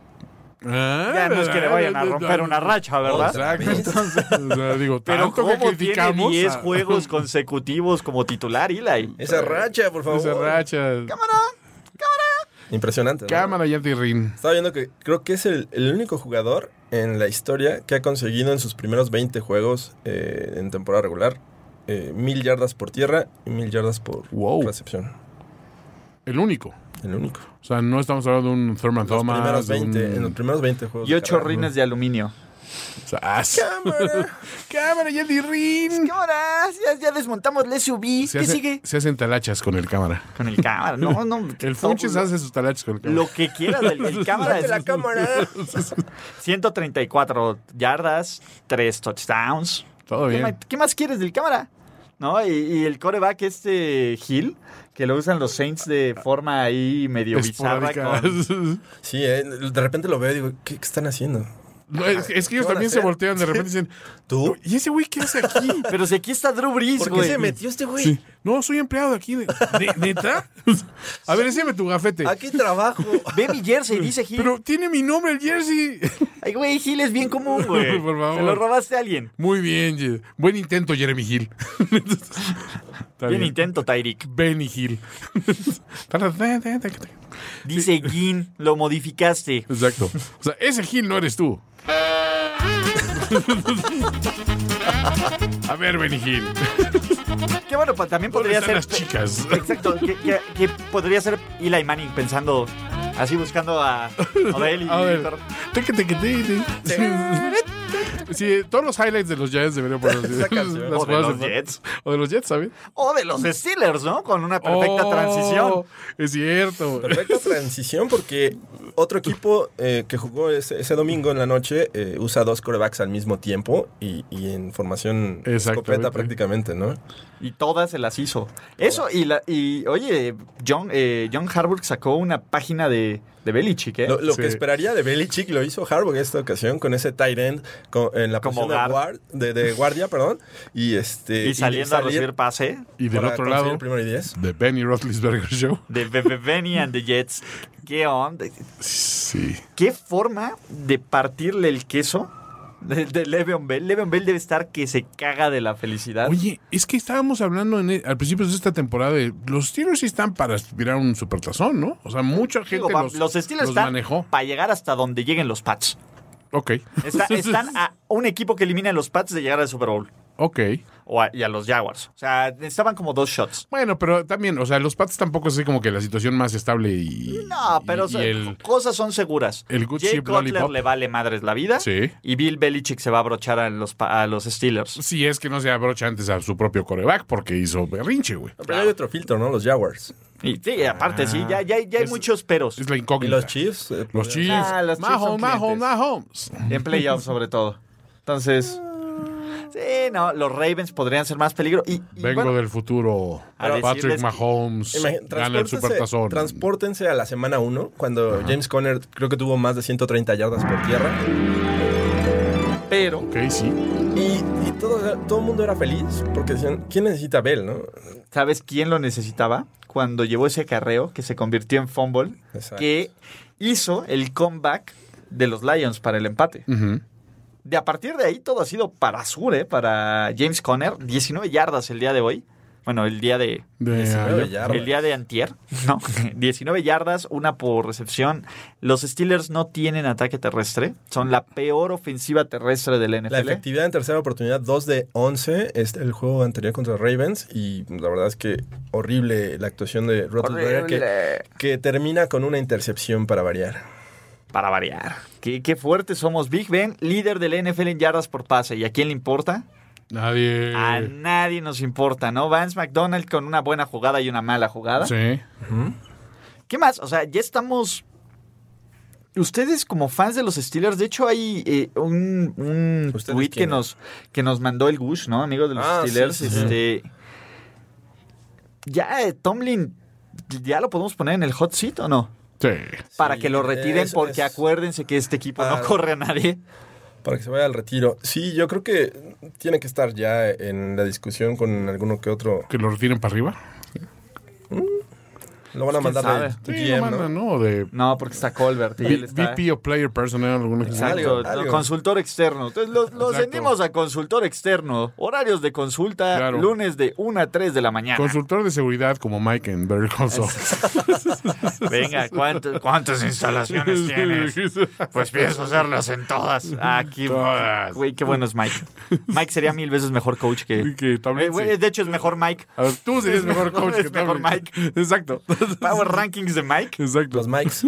Ah, Ya no es que le vayan a romper una racha, ¿verdad? Exacto. Entonces, o sea, digo, Pero tanto que ¿cómo tiene criticamos. 10 a- juegos consecutivos como titular, Eli? Esa racha, por favor. Esa racha. Impresionante. ¿no? Cámara y anti-rin. Estaba viendo que creo que es el, el único jugador en la historia que ha conseguido en sus primeros 20 juegos eh, en temporada regular eh, mil yardas por tierra y mil yardas por Wow. recepción. El único. El único. O sea, no estamos hablando de un Thurman Los Thomas. primeros de un- 20, En los primeros 20 juegos. Y de ocho carrera. rines de aluminio. O sea, as- Cámara y anti-rin. Cámara, ya, ya desmontamos el SUV. Se, hace- se hacen talachas con el cámara. Con el cámara. No, no. El Funches todo- hace sus talachas con el cámara. Lo que quieras del el cámara. ¡Date es- la cámara! 134 yardas, 3 touchdowns. Todo ¿Qué, bien. ma- qué más quieres del cámara? ¿No? Y, y el coreback este Hill, que lo usan los Saints de forma ahí medio bizarra. Esporádica. con- Sí, eh, de repente lo veo y digo, ¿qué, qué están haciendo? No, es, es que ellos ¿Qué van a también se hacer? voltean de repente y dicen, ¿Tú? ¿y ese güey qué hace aquí? Pero si aquí está Drew Brees, ¿Por qué güey. se metió este güey? Sí. No, soy empleado de aquí. De, de- ¿Neta? A ver, enséñame tu gafete. Aquí trabajo. Ve mi jersey, dice Hill. Pero tiene mi nombre el jersey. Ay, güey, Hill es bien común, güey. Por favor. Se lo robaste a alguien. Muy bien, Ye- buen intento, Jeremy Hill. Está Bien intento, Tyreek. Benny Hill. Dice Gin, lo modificaste. Exacto. O sea, ese Hill no eres tú. A ver, Benny Hill. Qué bueno, pa- también ¿Dónde podría están ser. las chicas? Exacto, que, que- que podría ser Eli Manning pensando, así buscando a Odell y A ver. Teque, teque, teque. Sí, todos los highlights de los Giants deberían poner. así. Esa canción. Las O de jugadas los Jets. O de los Jets, ¿sabes? O de los Steelers, ¿no? Con una perfecta Oh, transición. Es cierto. Perfecta transición porque otro equipo eh, que jugó ese, ese domingo en la noche eh, usa dos corebacks al mismo tiempo y, y en formación Exactamente. escopeta prácticamente, ¿no? Y todas se las hizo. Eso, y, la, y oye, John, eh, John Harburg sacó una página de, de Belichick, ¿eh? Lo, lo Sí. que esperaría de Belichick lo hizo Harbaugh esta ocasión con ese tight end con- en la Como posición de, guard. guard- de- de guardia, perdón, y este y saliendo a salir recibir pase Y del para otro conseguir lado, el primero y diez. The Benny Roethlisberger Show. de Be- Be- Benny and the Jets. ¿Qué onda? Sí. ¿Qué forma de partirle el queso De, de Le'Veon Bell. Le'Veon Bell debe estar que se caga de la felicidad. Oye, es que estábamos hablando en el- al principio de esta temporada de los Steelers sí están para aspirar a un supertazón, ¿no? O sea, mucha gente Digo, pa- los, los Steelers los están manejó. para llegar hasta donde lleguen los Pats. Ok. Está- están a un equipo que elimina a los Pats de llegar al Super Bowl Ok. o a- y a los Jaguars. O sea, estaban como dos shots. Bueno, pero también, o sea, los Pats tampoco es así como que la situación más estable y. No, pero y- y son- el- cosas son seguras. el good Jay ship Cutler lollipop. le vale madres la vida Sí. y Bill Belichick se va a abrochar a los, pa- a los Steelers. Si es que no se abrocha antes a su propio coreback porque hizo berrinche, güey. Pero hay otro filtro, ¿no? Los Jaguars. Y sí, aparte, sí, ya, ya, ya hay Es- muchos peros. Ah, Es la Y incógnita. los Chiefs. eh, Los Chiefs. Ah, los Chiefs son Mahomes, Mahomes, clientes. Mahomes. En playoffs, sobre todo. Entonces. Sí, no, los Ravens podrían ser más peligro. Y, y Vengo bueno, del futuro. A decirles Patrick que- Mahomes Imagín- gana el pues, transpórtense- supertazón. Transpórtense a la semana 1, cuando James Conner creo que tuvo más de 130 yardas por tierra. pero Ok, sí. Y, y todo, todo el mundo era feliz porque decían, ¿quién necesita a Bell, no? ¿sabes quién lo necesitaba? Cuando llevó ese carreo que se convirtió en fumble, Exacto. que hizo el comeback de los Lions para el empate. Ujú. De a partir de ahí todo ha sido para Azure, para James Conner, 19 yardas el día de hoy. Bueno, el día de De- 19 ah, ya. yardas. El día de antier, ¿no? 19 yardas, una por recepción. Los Steelers no tienen ataque terrestre. Son la peor ofensiva terrestre de la NFL. La efectividad en tercera oportunidad, 2 de 11, es el juego anterior contra Ravens. Y la verdad es que horrible la actuación de Roethlisberger que, que termina con una intercepción para variar. Para variar. Qué, qué fuertes somos. Big Ben, líder de la NFL en yardas por pase. ¿Y a quién le importa? Nadie. A nadie nos importa, ¿no? Vance McDonald con una buena jugada y una mala jugada. Sí. ¿Qué más? O sea, ya estamos. Ustedes como fans de los Steelers, de hecho hay eh, un, un ¿Ustedes tweet que quiénes? nos, que nos mandó el Gush, ¿no? Amigo de los Ah, sí, Steelers. sí, sí. este, Ya eh, Tomlin, ¿ya lo podemos poner en el hot seat o no? Sí. Para Sí, que lo retiren, es- porque es- acuérdense que este equipo Ah. no corre a nadie. Para que se vaya al retiro. Sí, yo creo que tiene que estar ya en la discusión con alguno que otro. que lo retiren para arriba. Lo van a ¿Quién mandar de sabe? tu Sí, GM, lo ¿no? mandan, ¿no? De No, porque está Colbert y él B- está... VP o Player Personnel, alguna cosa. Exacto, Algo, no, algo. consultor externo. Entonces los, los Exacto. vendimos a consultor externo. Horarios de consulta, Claro. lunes de 1 a 3 de la mañana. Consultor de seguridad como Mike en Better Call Saul. Venga, ¿cuánto- ¿cuántas instalaciones tienes? Pues pienso hacerlas en todas. Aquí, Todas. güey, qué bueno es Mike. Mike sería mil veces mejor coach que... Que Tomlin, Eh, güey, sí. de hecho, es mejor Mike. A ver, tú serías mejor coach que Es mejor Tomlin. Exacto. Power rankings de Mike. Exacto. Los Los, Mikes.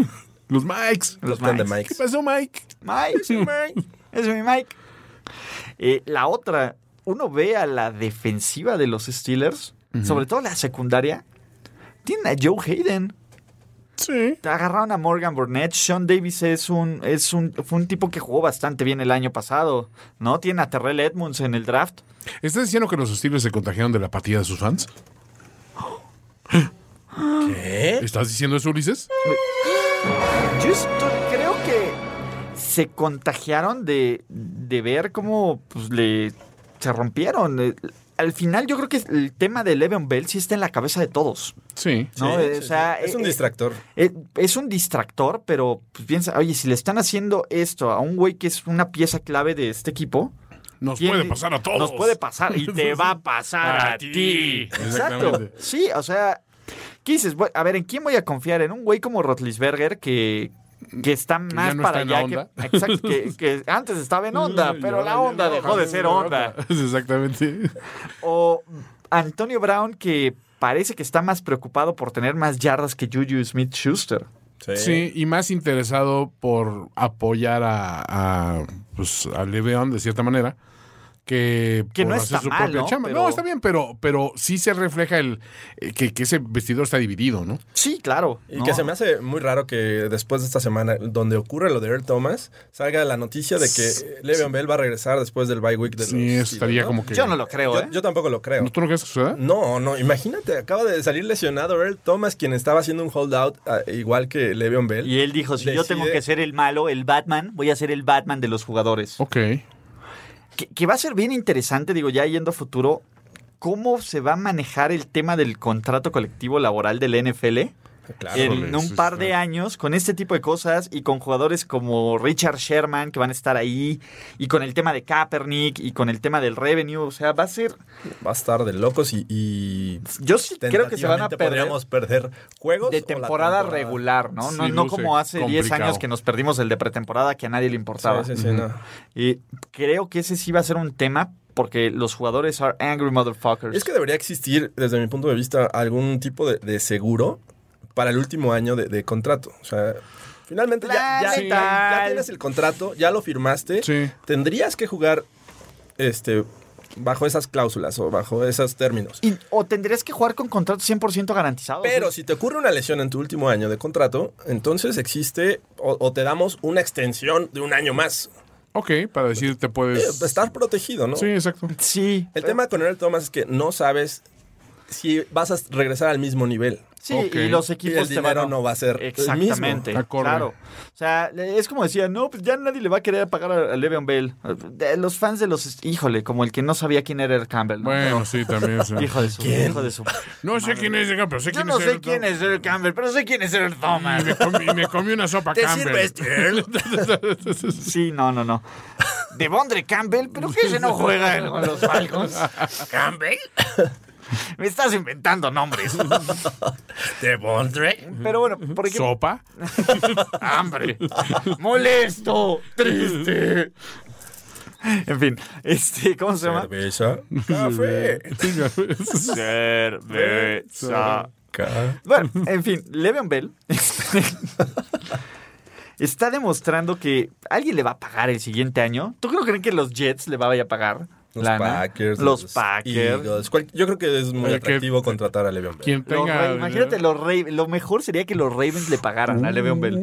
Mikes. Los Los de Mikes. ¿Qué Mikes. pasó, Mike? Mike, es mi Mike. Es mi Mike. Eh, la otra, uno ve a la defensiva de los Steelers, sobre todo la secundaria, tiene a Joe Hayden. Sí. Te agarraron a Morgan Burnett. Sean Davis es un, es un, fue un tipo que jugó bastante bien el año pasado, ¿no? Tiene a Terrell Edmonds en el draft. ¿Estás diciendo que los Steelers se contagiaron de la apatía de sus fans? ¿Eh? ¿Estás diciendo eso, Ulises? Yo estoy- creo que se contagiaron de, de ver cómo pues, le se rompieron. Eh, Al final yo creo que el tema de Le'Veon Bell sí está en la cabeza de todos. Sí. ¿no? Sí, Eh, sí, o sea, sí. es un eh, distractor. eh, es un distractor, pero pues, piensa, oye, si le están haciendo esto a un güey que es una pieza clave de este equipo, Nos ¿quién- puede pasar a todos. Nos puede pasar y te va a pasar a, A ti. ti. Exacto. Exactamente. Sí, o sea, ¿qué dices? Bueno, a ver, ¿en quién voy a confiar? ¿En un güey como Rotlisberger que, que está más no para está en allá? la que- exacto, que, que antes estaba en onda, pero la onda dejó de ser onda. Exactamente. O Antonio Brown que parece que está más preocupado por tener más yardas que Juju Smith-Schuster. Sí, y más interesado por apoyar a, a, pues, a Le'Veon, de cierta manera, que, Que por no hacer está su mal, propia ¿no? chamba. Pero- No, está bien, pero, pero sí se refleja el eh, que, que ese vestidor está dividido, ¿no? Sí, claro. Y No. que se me hace muy raro que después de esta semana, donde ocurre lo de Earl Thomas, salga la noticia de que Le'Veon Bell va a regresar después del bye week de los Sí, eso estaría Steelers, ¿no? como que... Yo no lo creo, ¿eh? Yo, yo tampoco lo creo. ¿No, ¿Tú no crees que suceda? No, no, imagínate, acaba de salir lesionado Earl Thomas, quien estaba haciendo un holdout ah, igual que Le'Veon Bell. Y él dijo, si yo Decide- tengo que ser el malo, el Batman, voy a ser el Batman de los jugadores. Ok. que, que va a ser bien interesante, digo, ya yendo a futuro, cómo se va a manejar el tema del contrato colectivo laboral del NFL Claro. en Híjole, un sí par está. de años con este tipo de cosas y con jugadores como Richard Sherman que van a estar ahí y con el tema de Kaepernick y con el tema del revenue. O sea, va a ser. Va a estar de locos y. y Yo sí creo que se van a tentativamente perder. Podríamos perder juegos. De o la temporada regular, ¿no? No, Sí, no luce como hace 10 complicado. años que nos perdimos el de pretemporada que a nadie le importaba. Sí, sí, sí, no. Y creo que ese sí va a ser un tema porque los jugadores are angry motherfuckers. Es que debería existir, desde mi punto de vista, algún tipo de, de seguro para el último año de, de contrato. O sea, finalmente ya, ya- Plan ya- letal. ya tienes el contrato, ya lo firmaste. Sí. Tendrías que jugar este, bajo esas cláusulas o bajo esos términos. Y- o tendrías que jugar con contrato 100% garantizado. Pero si te ocurre una lesión en tu último año de contrato, entonces existe o, o te damos una extensión de un año más. Ok, para decir te Eh, pues, puedes. Estar protegido, ¿no? Sí, exacto. Sí. El tema con Earl Thomas es que no sabes si vas a regresar al mismo nivel. Sí, Ok. y los Y equipos el te dinero van no va a ser el mismo. Exactamente, Acorde. claro. O sea, le- es como decía, no, pues ya nadie le va a querer pagar a a Le'Veon Bell. De Los fans de los... Híjole, como el que no sabía quién era el Campbell. ¿no? Bueno, sí, también. sí. Pero- hijo de su... Hijo de su... No sé quién es, pero sé Yo quién no es. sé el- quién es el Campbell, pero sé quién es el Y Thomas. me comí, me comí una sopa Campbell. Sí, no, no, no. De Bondre Campbell, pero que ese no juega con los Falcons. ¿Campbell? Me estás inventando nombres. ¿Te pondré? Pero bueno, por ejemplo, ¿Sopa? hambre, molesto, triste. En fin, este, ¿cómo se llama? Cerveza. Café. Cerveza. Ca- Bueno, en fin, Le'Veon Bell está demostrando que alguien le va a pagar el siguiente año. ¿Tú no creen que los Jets le vaya a pagar? Los lana? Packers. Los, Packers. Eagles. Cual- yo creo que es muy Oye, que- atractivo contratar a Le'Veon Bell. Quien Los tenga. Ra- imagínate, los Ra- lo mejor sería que los Ravens le pagaran a Le'Veon Bell.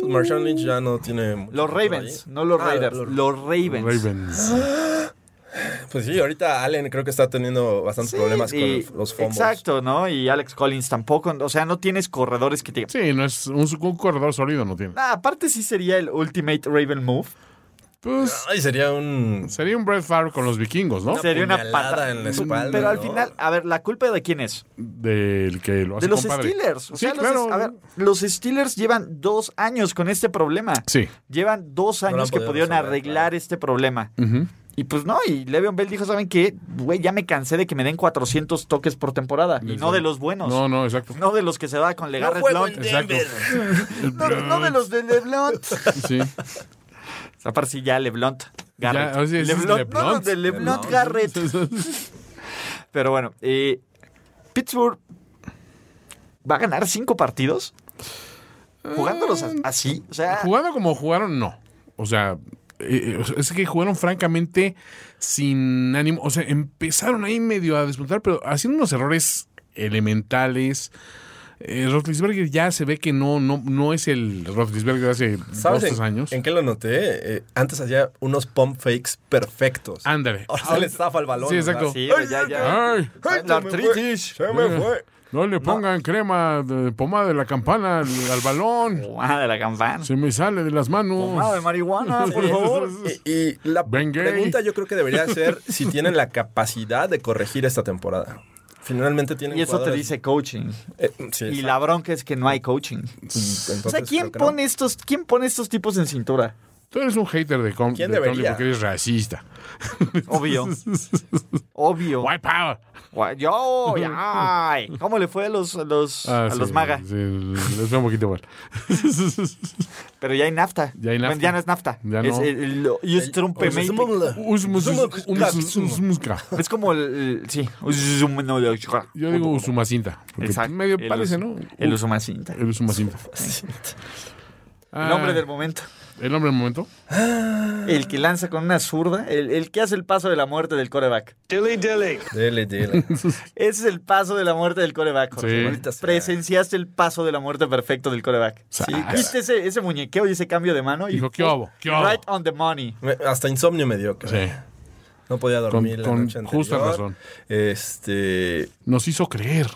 Pues Marshawn Lynch ya no tiene... mucho Los por ahí. Ravens, no los Ah, Raiders, los- los Ravens. Ravens. Pues sí, ahorita Allen creo que está teniendo bastantes problemas con Y- los fumbles. Exacto, ¿no? Y Alex Collins tampoco. O sea, no tienes corredores que te Sí, no es un, un corredor sólido, no tiene. Ah, aparte sí sería el Ultimate Raven Move. Pues Ay, sería un... sería un Brett Favre con los vikingos, ¿no? sería una puñalada pata- en la espalda, Pero al ¿no? final, a ver, ¿la culpa de quién es? Del que lo hace De los compadre. Steelers. O sea, sí, los, claro. a ver, los Steelers llevan dos años con este problema. Sí. Llevan dos han años que podido pudieron resolver, arreglar claro. este problema. Ujú. Y pues no, y Le'Veon Bell dijo, ¿saben qué? Güey, ya me cansé de que me den 400 toques por temporada. Y no de los buenos. Pues No, no, exacto. No de los que se va con Legarrette Blount. Exacto. No, no de los de LeBlanc. Sí. Aparte sí, ya oh, LeBlanc. Garrett. Ya, o sea, ese es LeBlanc, LeBlanc. No, los de LeBlanc Garrett. Pero bueno, eh, Pittsburgh va a ganar cinco partidos. Jugándolos a- así. O sea, Jugando como jugaron, no. O sea, eh, eh, es que jugaron francamente sin ánimo. O sea, empezaron ahí medio a despuntar, pero haciendo unos errores elementales. Eh, Roethlisberger ya se ve que no, no, no es el Roethlisberger de hace dos ¿Sabes tres en, años. en qué lo noté? Eh, antes hacía unos pump fakes perfectos. Ándale. Ahora se le zafa el balón. Ah, Sí, exacto. sí, güey, ya, ya. Ay, Ay, La se me artritis. fue, Se me fue. no le pongan crema de pomada de la campana al, al balón. Pomada Ah, de la campana. Se me sale de las Ah, Pomada de manos. marihuana, por Sí. favor. Y, Eh, y la Ben Gay. pregunta yo creo que debería ser si tienen la capacidad de corregir esta temporada. Finalmente tienen Y eso te jugadores- dice coaching. Eh, sí, Y exacto. la bronca es que no hay coaching. Entonces, O sea, ¿quién creo que no. pone estos, quién pone estos tipos en cintura? Tú eres un hater de, Com de ¿Quién Tomlin debería? porque eres racista. Obvio. Obvio. White power. Gua- Yo, ay. ¿Cómo le fue a los, a los, Ah, a sí, los maga? Pues Sí, les fue un poquito mal. Pero ya hay nafta. Ya hay Bueno, nafta. ya no es nafta. Ya Es no. el, el- Pues, Ustrumpemeite. Usmus- usmus- usmusca. Es como el, el- sí. Usumacinta. Yo digo usumacinta. porque Exacto. Medio El parece, us- ¿no? El usumacinta. El usumacinta. Ah. El hombre del momento. El nombre del momento. El que lanza con una zurda. El, el que hace el paso de la muerte del coreback. Dele, dele. Ese es el paso de la muerte del coreback. Jorge. Sí. Bonita sea. Presenciaste el paso de la muerte perfecto del coreback. Sí, Viste ese, ese muñequeo y ese cambio de mano. Y Dijo, ¿qué hubo? ¿Qué hubo? Right on the money. Me- Hasta insomnio me dio. caray. Sí. No podía dormir Con- la con noche anterior. justa razón. Este. ¡Eh, e- Nos hizo creer.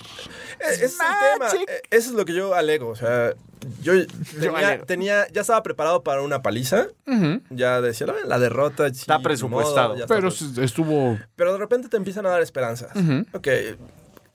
Ese es el tema. Magic. E- Eso es lo que yo alego. O sea, yo tenía, alego. tenía- ya estaba preparado para una paliza. Ya decía, "Ah, la derrota. sí, Está ni presupuestado. modo, ya está Pero presupuestado". s- estuvo. Pero de repente te empiezan a dar esperanzas. Ok.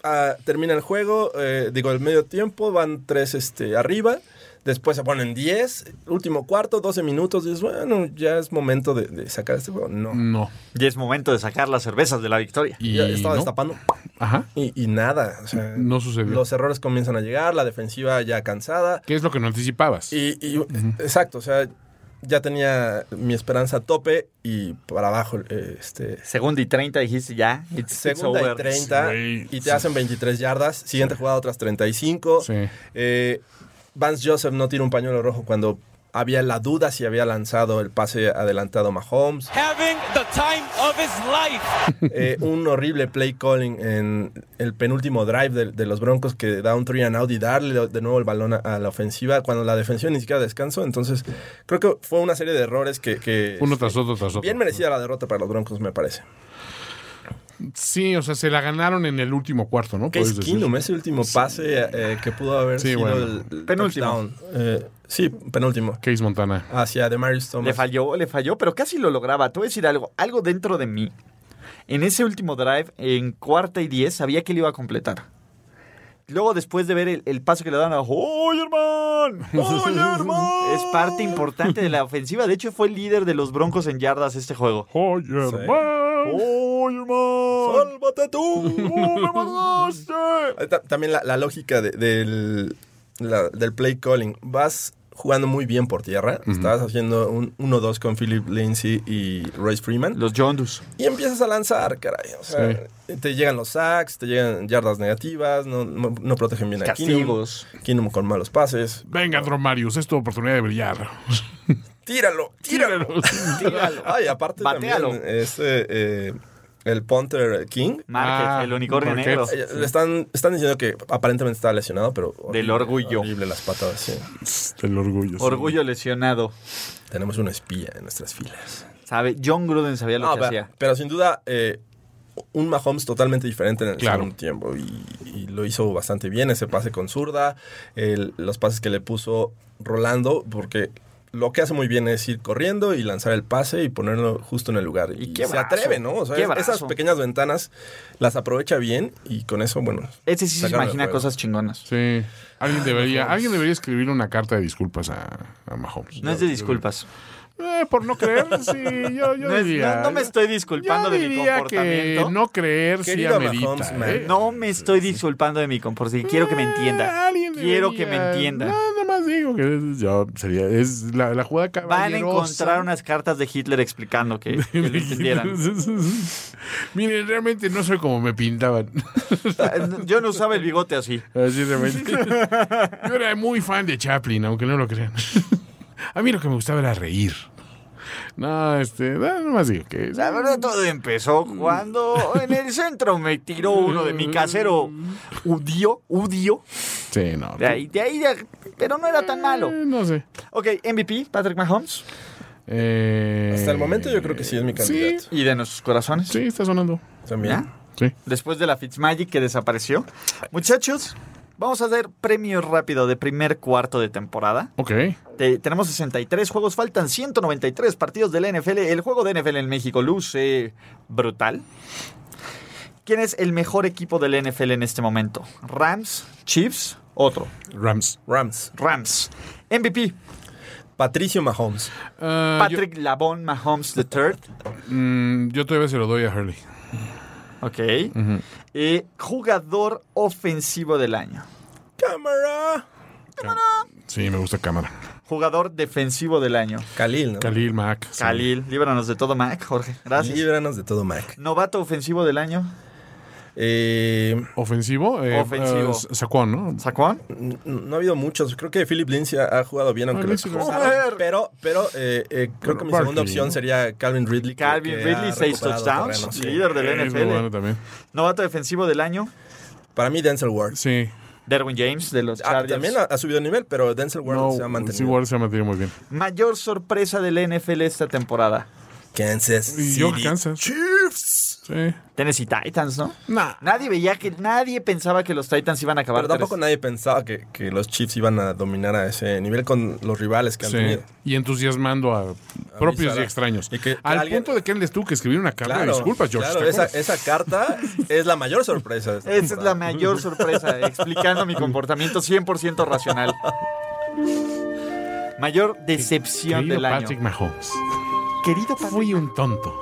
ah, termina el juego, eh, digo, el medio tiempo, van tres este, arriba. Después se ponen 10, último cuarto, 12 minutos. Dices, bueno, ya es momento de, de sacar este juego. No. No. Y es momento de sacar las cervezas de la victoria. Mm, Y Ya estaba no. destapando. Ajá. Y, y nada. o sea, No sucedió. Los errores comienzan a llegar, la defensiva ya cansada. ¿Qué es lo que no anticipabas? Y, y- exacto, o sea, ya tenía mi esperanza a tope y para abajo. eh, Este, Segunda y 30 dijiste ya. It's, it's segunda over. y 30 Sí. y te hacen 23 yardas. Siguiente jugada, otras 35. Sí. Eh, Vance Joseph no tira un pañuelo rojo cuando había la duda si había lanzado el pase adelantado a Mahomes. having the time of his life. Eh, un horrible play calling en el penúltimo drive de, de los Broncos que da un three and out y darle de nuevo el balón a, a la ofensiva cuando la defensiva ni siquiera descansó. Entonces, creo que fue una serie de errores que. que- Uno tras otro, tras otro. Bien merecida la derrota para los Broncos, me parece. Sí, o sea, se la ganaron en el último cuarto, ¿no? ¿Qué Puedes es decir. Kinum? Ese último pase eh, que pudo haber Sí, sido bueno. el Penúltimo. touchdown. Eh, sí, penúltimo. Case Montana. Hacia de Marius Thomas. Le falló, le falló, pero casi lo lograba. Te voy a decir algo, algo dentro de mí. En ese último drive, en cuarta y diez, sabía que lo iba a completar. Luego, después de ver el, el paso que le dan a ¡Oye, hermano! ¡Oye, hermano! Es parte importante de la ofensiva. De hecho, fue el líder de los Broncos en yardas este juego. Oye, eh. hermano. ¡Oye, hermano! ¡Sálvate tú! ¡Oh, me mataste! Ta- También la, la lógica de- del, la- del play calling. Vas jugando muy bien por tierra. Estabas haciendo un 1-2 con Philip Lindsay y Royce Freeman. Los Jondus. Y empiezas a lanzar, caray. O sea, Te llegan los sacks, te llegan yardas negativas, no, no- no protegen bien Castigos. a Keenum. Keenum con malos pases. Venga, Dromarius, es tu oportunidad de brillar. ¡Tíralo! ¡Tíralo! Tíralo. Ay, aparte Batealo. también este, eh, el Punter King. Marquez, Ah, el unicornio Marquez. negro. Eh, Le están, están diciendo que aparentemente estaba lesionado, pero... Del orgullo. Horrible las patadas, sí. Este, El orgullo. sí. Orgullo lesionado. Tenemos un espía en nuestras filas. ¿Sabe? John Gruden sabía lo No, que pero, hacía. pero sin duda, eh, un Mahomes totalmente diferente en el Claro. segundo tiempo. Y, y lo hizo bastante bien, ese pase con zurda, el- los pases que le puso Rolando, porque lo que hace muy bien es ir corriendo y lanzar el pase y ponerlo justo en el lugar. Y Y, qué se brazo, atreve, ¿no? O sea, qué es- esas brazo. pequeñas ventanas las aprovecha bien y con eso, bueno... Este sí se sacaron el imagina juego. cosas chingonas. Sí. Alguien debería, alguien debería escribir una carta de disculpas a, a Mahomes. No es de disculpas. Eh, por no creer, sí, yo, yo No, es- diría. no- no me estoy disculpando yo de mi diría que comportamiento. No, no creer sí Querido amerita. Mahomes, man. ¿eh? me estoy disculpando de mi comportamiento. Quiero que me Eh, entienda. alguien Quiero que debería. me entienda. No, nada más digo que es- yo sería es la, la jugada Van a caballerosa. encontrar unas cartas de Hitler explicando que, que lo entendieran. Miren, realmente no soy como me pintaban. Yo no usaba el bigote así. Así de mentira. Yo era muy fan de Chaplin, aunque no lo crean. A mí lo que me gustaba era reír. No, este, nada más digo que. La verdad, todo empezó cuando en el centro me tiró uno de mi casero. Udio, udio. Sí, no. De ahí, de ahí, de- pero no era tan malo. Eh, no sé. Ok, MVP, Patrick Mahomes. Eh, Hasta el momento yo creo que Eh, sí es mi candidato. Y de nuestros corazones. Sí, está sonando. También. ¿Ya? Sí. después de la Fitzmagic que desapareció. Muchachos, vamos a hacer premio rápido de primer cuarto de temporada. Ok. Te- tenemos 63 juegos, faltan 193 partidos de la NFL. El juego de NFL en México luce brutal. ¿Quién es el mejor equipo del NFL en este momento? ¿Rams? ¿Chiefs? Otro. Rams. Rams. Rams. MVP, Patricio Mahomes. Ah, Patrick Labon Mahomes III. yo, mm, yo todavía se lo doy a Hurley. Ok. Eh, jugador ofensivo del año. Cámara. Sí, me gusta cámara. Jugador defensivo del año. Khalil, ¿no? Khalil Mack. sí. Khalil, líbranos de todo, Mac, Jorge. Gracias. Líbranos de todo, Mac. Novato ofensivo del año, Eh, Ofensivo. eh, Ofensivo. eh, Saquon, ¿no? Saquon. n- no ha habido muchos. Creo que Philip Lindsay ha, ha jugado bien, aunque Ah, lo Lindsay lo- expulsaron. Pero, pero eh, eh, creo que mi Barkley, segunda opción ¿no? sería Calvin Ridley. que- Calvin que Ridley, ha seis recuperado touchdowns, terreno, sí. líder del Es muy NFL. bueno también. Novato defensivo del año, Para mí, Denzel Ward. Sí. Derwin James de los Ah, Chargers. también ha, ha subido nivel, pero Denzel Ward No, se ha mantenido. sí, Ward se ha mantenido muy bien. Mayor sorpresa del NFL esta temporada. Kansas Y yo City Kansas. Chiefs. Sí. Tennessee Titans, ¿no? Nadie veía que, nadie pensaba que los Titans iban a acabar. Pero tampoco tres. nadie pensaba que, que los Chiefs iban a dominar a ese nivel con los rivales que han Sí, tenido. Y entusiasmando a, propios y Sara. extraños. Y que- que Al alguien- punto de que él les tuvo que escribir una carta de disculpas, George. claro, ¿te esa, acuerdas? esa carta es la mayor sorpresa. de esta Esa es la temporada. mayor sorpresa, explicando mi comportamiento 100% racional. Mayor decepción Querido del año. Patrick Mahomes, Querido Patrick, fui un tonto.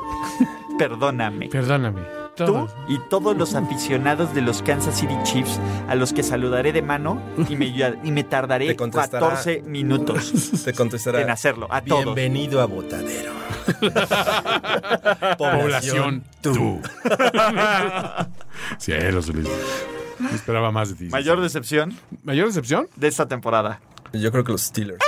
perdóname. Perdóname. Tú Todo. y todos los aficionados de los Kansas City Chiefs a los que saludaré de mano y me, y me tardaré Te contestará. 14 minutos Te contestará. en hacerlo, a todos. Bienvenido a Botadero. Población, tú. Cielos, Ulises. No Esperaba más de ti. Mayor decepción ¿Mayor decepción? de esta temporada. Yo creo que los Steelers.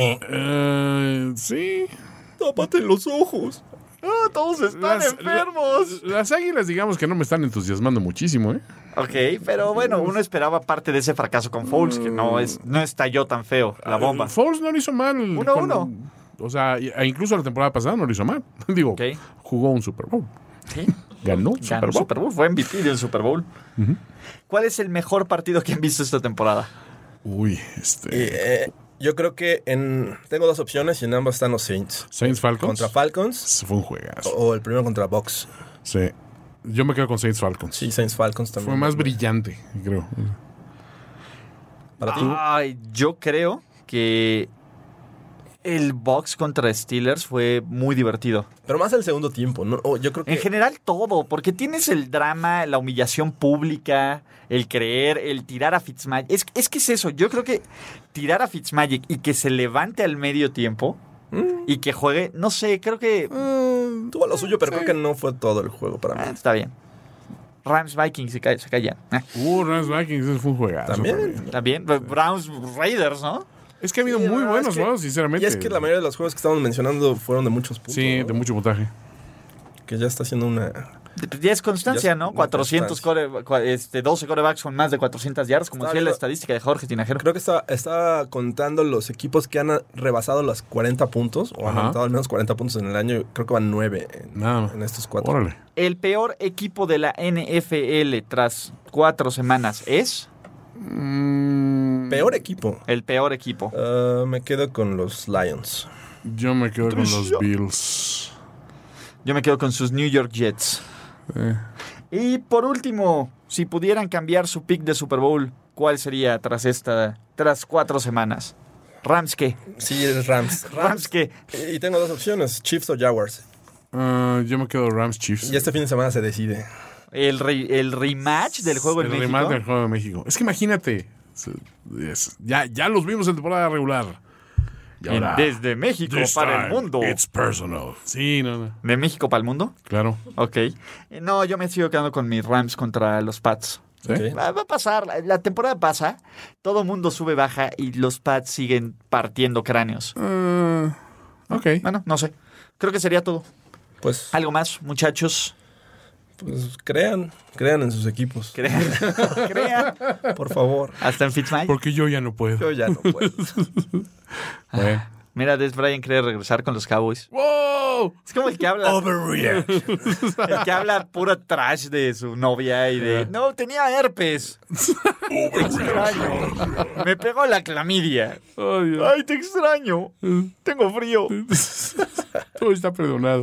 Eh, sí. Tápate los ojos. todos están Las- enfermos. Las águilas, digamos que no me están entusiasmando muchísimo, ¿eh? Ok, pero bueno, uno esperaba parte de ese fracaso con Foles, que no, es, no estalló tan feo la bomba. Foles no lo hizo mal. Uno a uno. O sea, y- e incluso la temporada pasada no lo hizo mal. Digo, Ok. jugó un Super Bowl. Sí, Ganó, un ganó Super Bowl. Super Bowl, fue MVP del Super Bowl. ¿Cuál es el mejor partido que han visto esta temporada? Uy, este. Eh, yo creo que en tengo dos opciones y en ambas están los Saints. Saints Falcons. Contra Falcons Fue un juegazo. o el primero contra Box. Sí. Yo me quedo con Saints Falcons. Sí, Saints Falcons también. Fue más brillante, creo. Para ti. Ay, yo creo que el box contra Steelers fue muy divertido. Pero más el segundo tiempo. ¿no? O yo creo que En general todo, porque tienes el drama, la humillación pública, el creer, el tirar a Fitzmagic. Es, es que es eso, yo creo que tirar a Fitzmagic y que se levante al medio tiempo y que juegue, no sé, creo que tuvo lo suyo, pero creo que no fue todo el juego para ah, mí. está bien. Rams Vikings se, ca- se callan. Ah, Uh, Rams Vikings ese fue un juegazo. También. También Br- Browns Raiders, ¿no? Es que ha habido Sí, la muy verdad buenos es que- juegos, sinceramente. Y es que la mayoría de los juegos que estamos mencionando fueron de muchos puntos. Sí, ¿no? de mucho puntaje. Que ya está haciendo una. De- Ya es constancia, Ya es ¿no? una 400 core- cua- este, 12 corebacks con más de 400 yards, como Está decía la viendo- estadística de Jorge Tinajero. Creo que estaba, estaba contando los equipos que han rebasado los 40 puntos o han Ajá. anotado al menos 40 puntos en el año. Creo que van 9 en, Nada más. en estos 4. Órale. El peor equipo de la NFL tras cuatro semanas es Peor equipo. el peor equipo. Ah, me quedo con los Lions. Yo me quedo con los Bills. Yo me quedo con sus New York Jets. Y por último, si pudieran cambiar su pick de Super Bowl, ¿cuál sería tras esta, tras cuatro semanas? Rams qué? Sí, es Rams. Rams qué? Y tengo dos opciones, Chiefs o Jaguars. Ah, yo me quedo Rams Chiefs. Y este fin de semana se decide. El, re- el rematch del juego en el México. remate del juego de México. Es que imagínate. se- es- ya, ya los vimos en temporada regular. Y En- ahora, desde México this para el time, mundo. It's personal. Sí, no, no. ¿De México para el mundo? Claro. Ok. Eh, No, yo me sigo quedando con mis Rams contra los Pats. ¿Sí? Ok. Va, va a pasar, la- la temporada pasa, todo mundo sube, baja y los Pats siguen partiendo cráneos. Ah, ok. Bueno, no sé. Creo que sería todo. Pues, ¿Algo más, muchachos? pues crean, crean en sus equipos, Crean. Crean. por favor. Hasta en Fitzmagic. Porque yo ya no puedo. Yo ya no puedo. Bueno. Mira, Des Bryant quiere regresar con los Cowboys. ¡Wow! Es como el que habla. El que habla puro trash de su novia y de. No, tenía herpes. Extraño. Me pegó la clamidia. Ay, Dios. Ay, te extraño. Tengo frío. Todo está perdonado.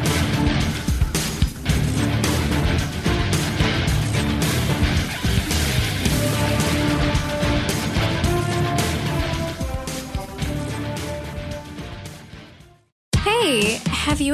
Hey, have you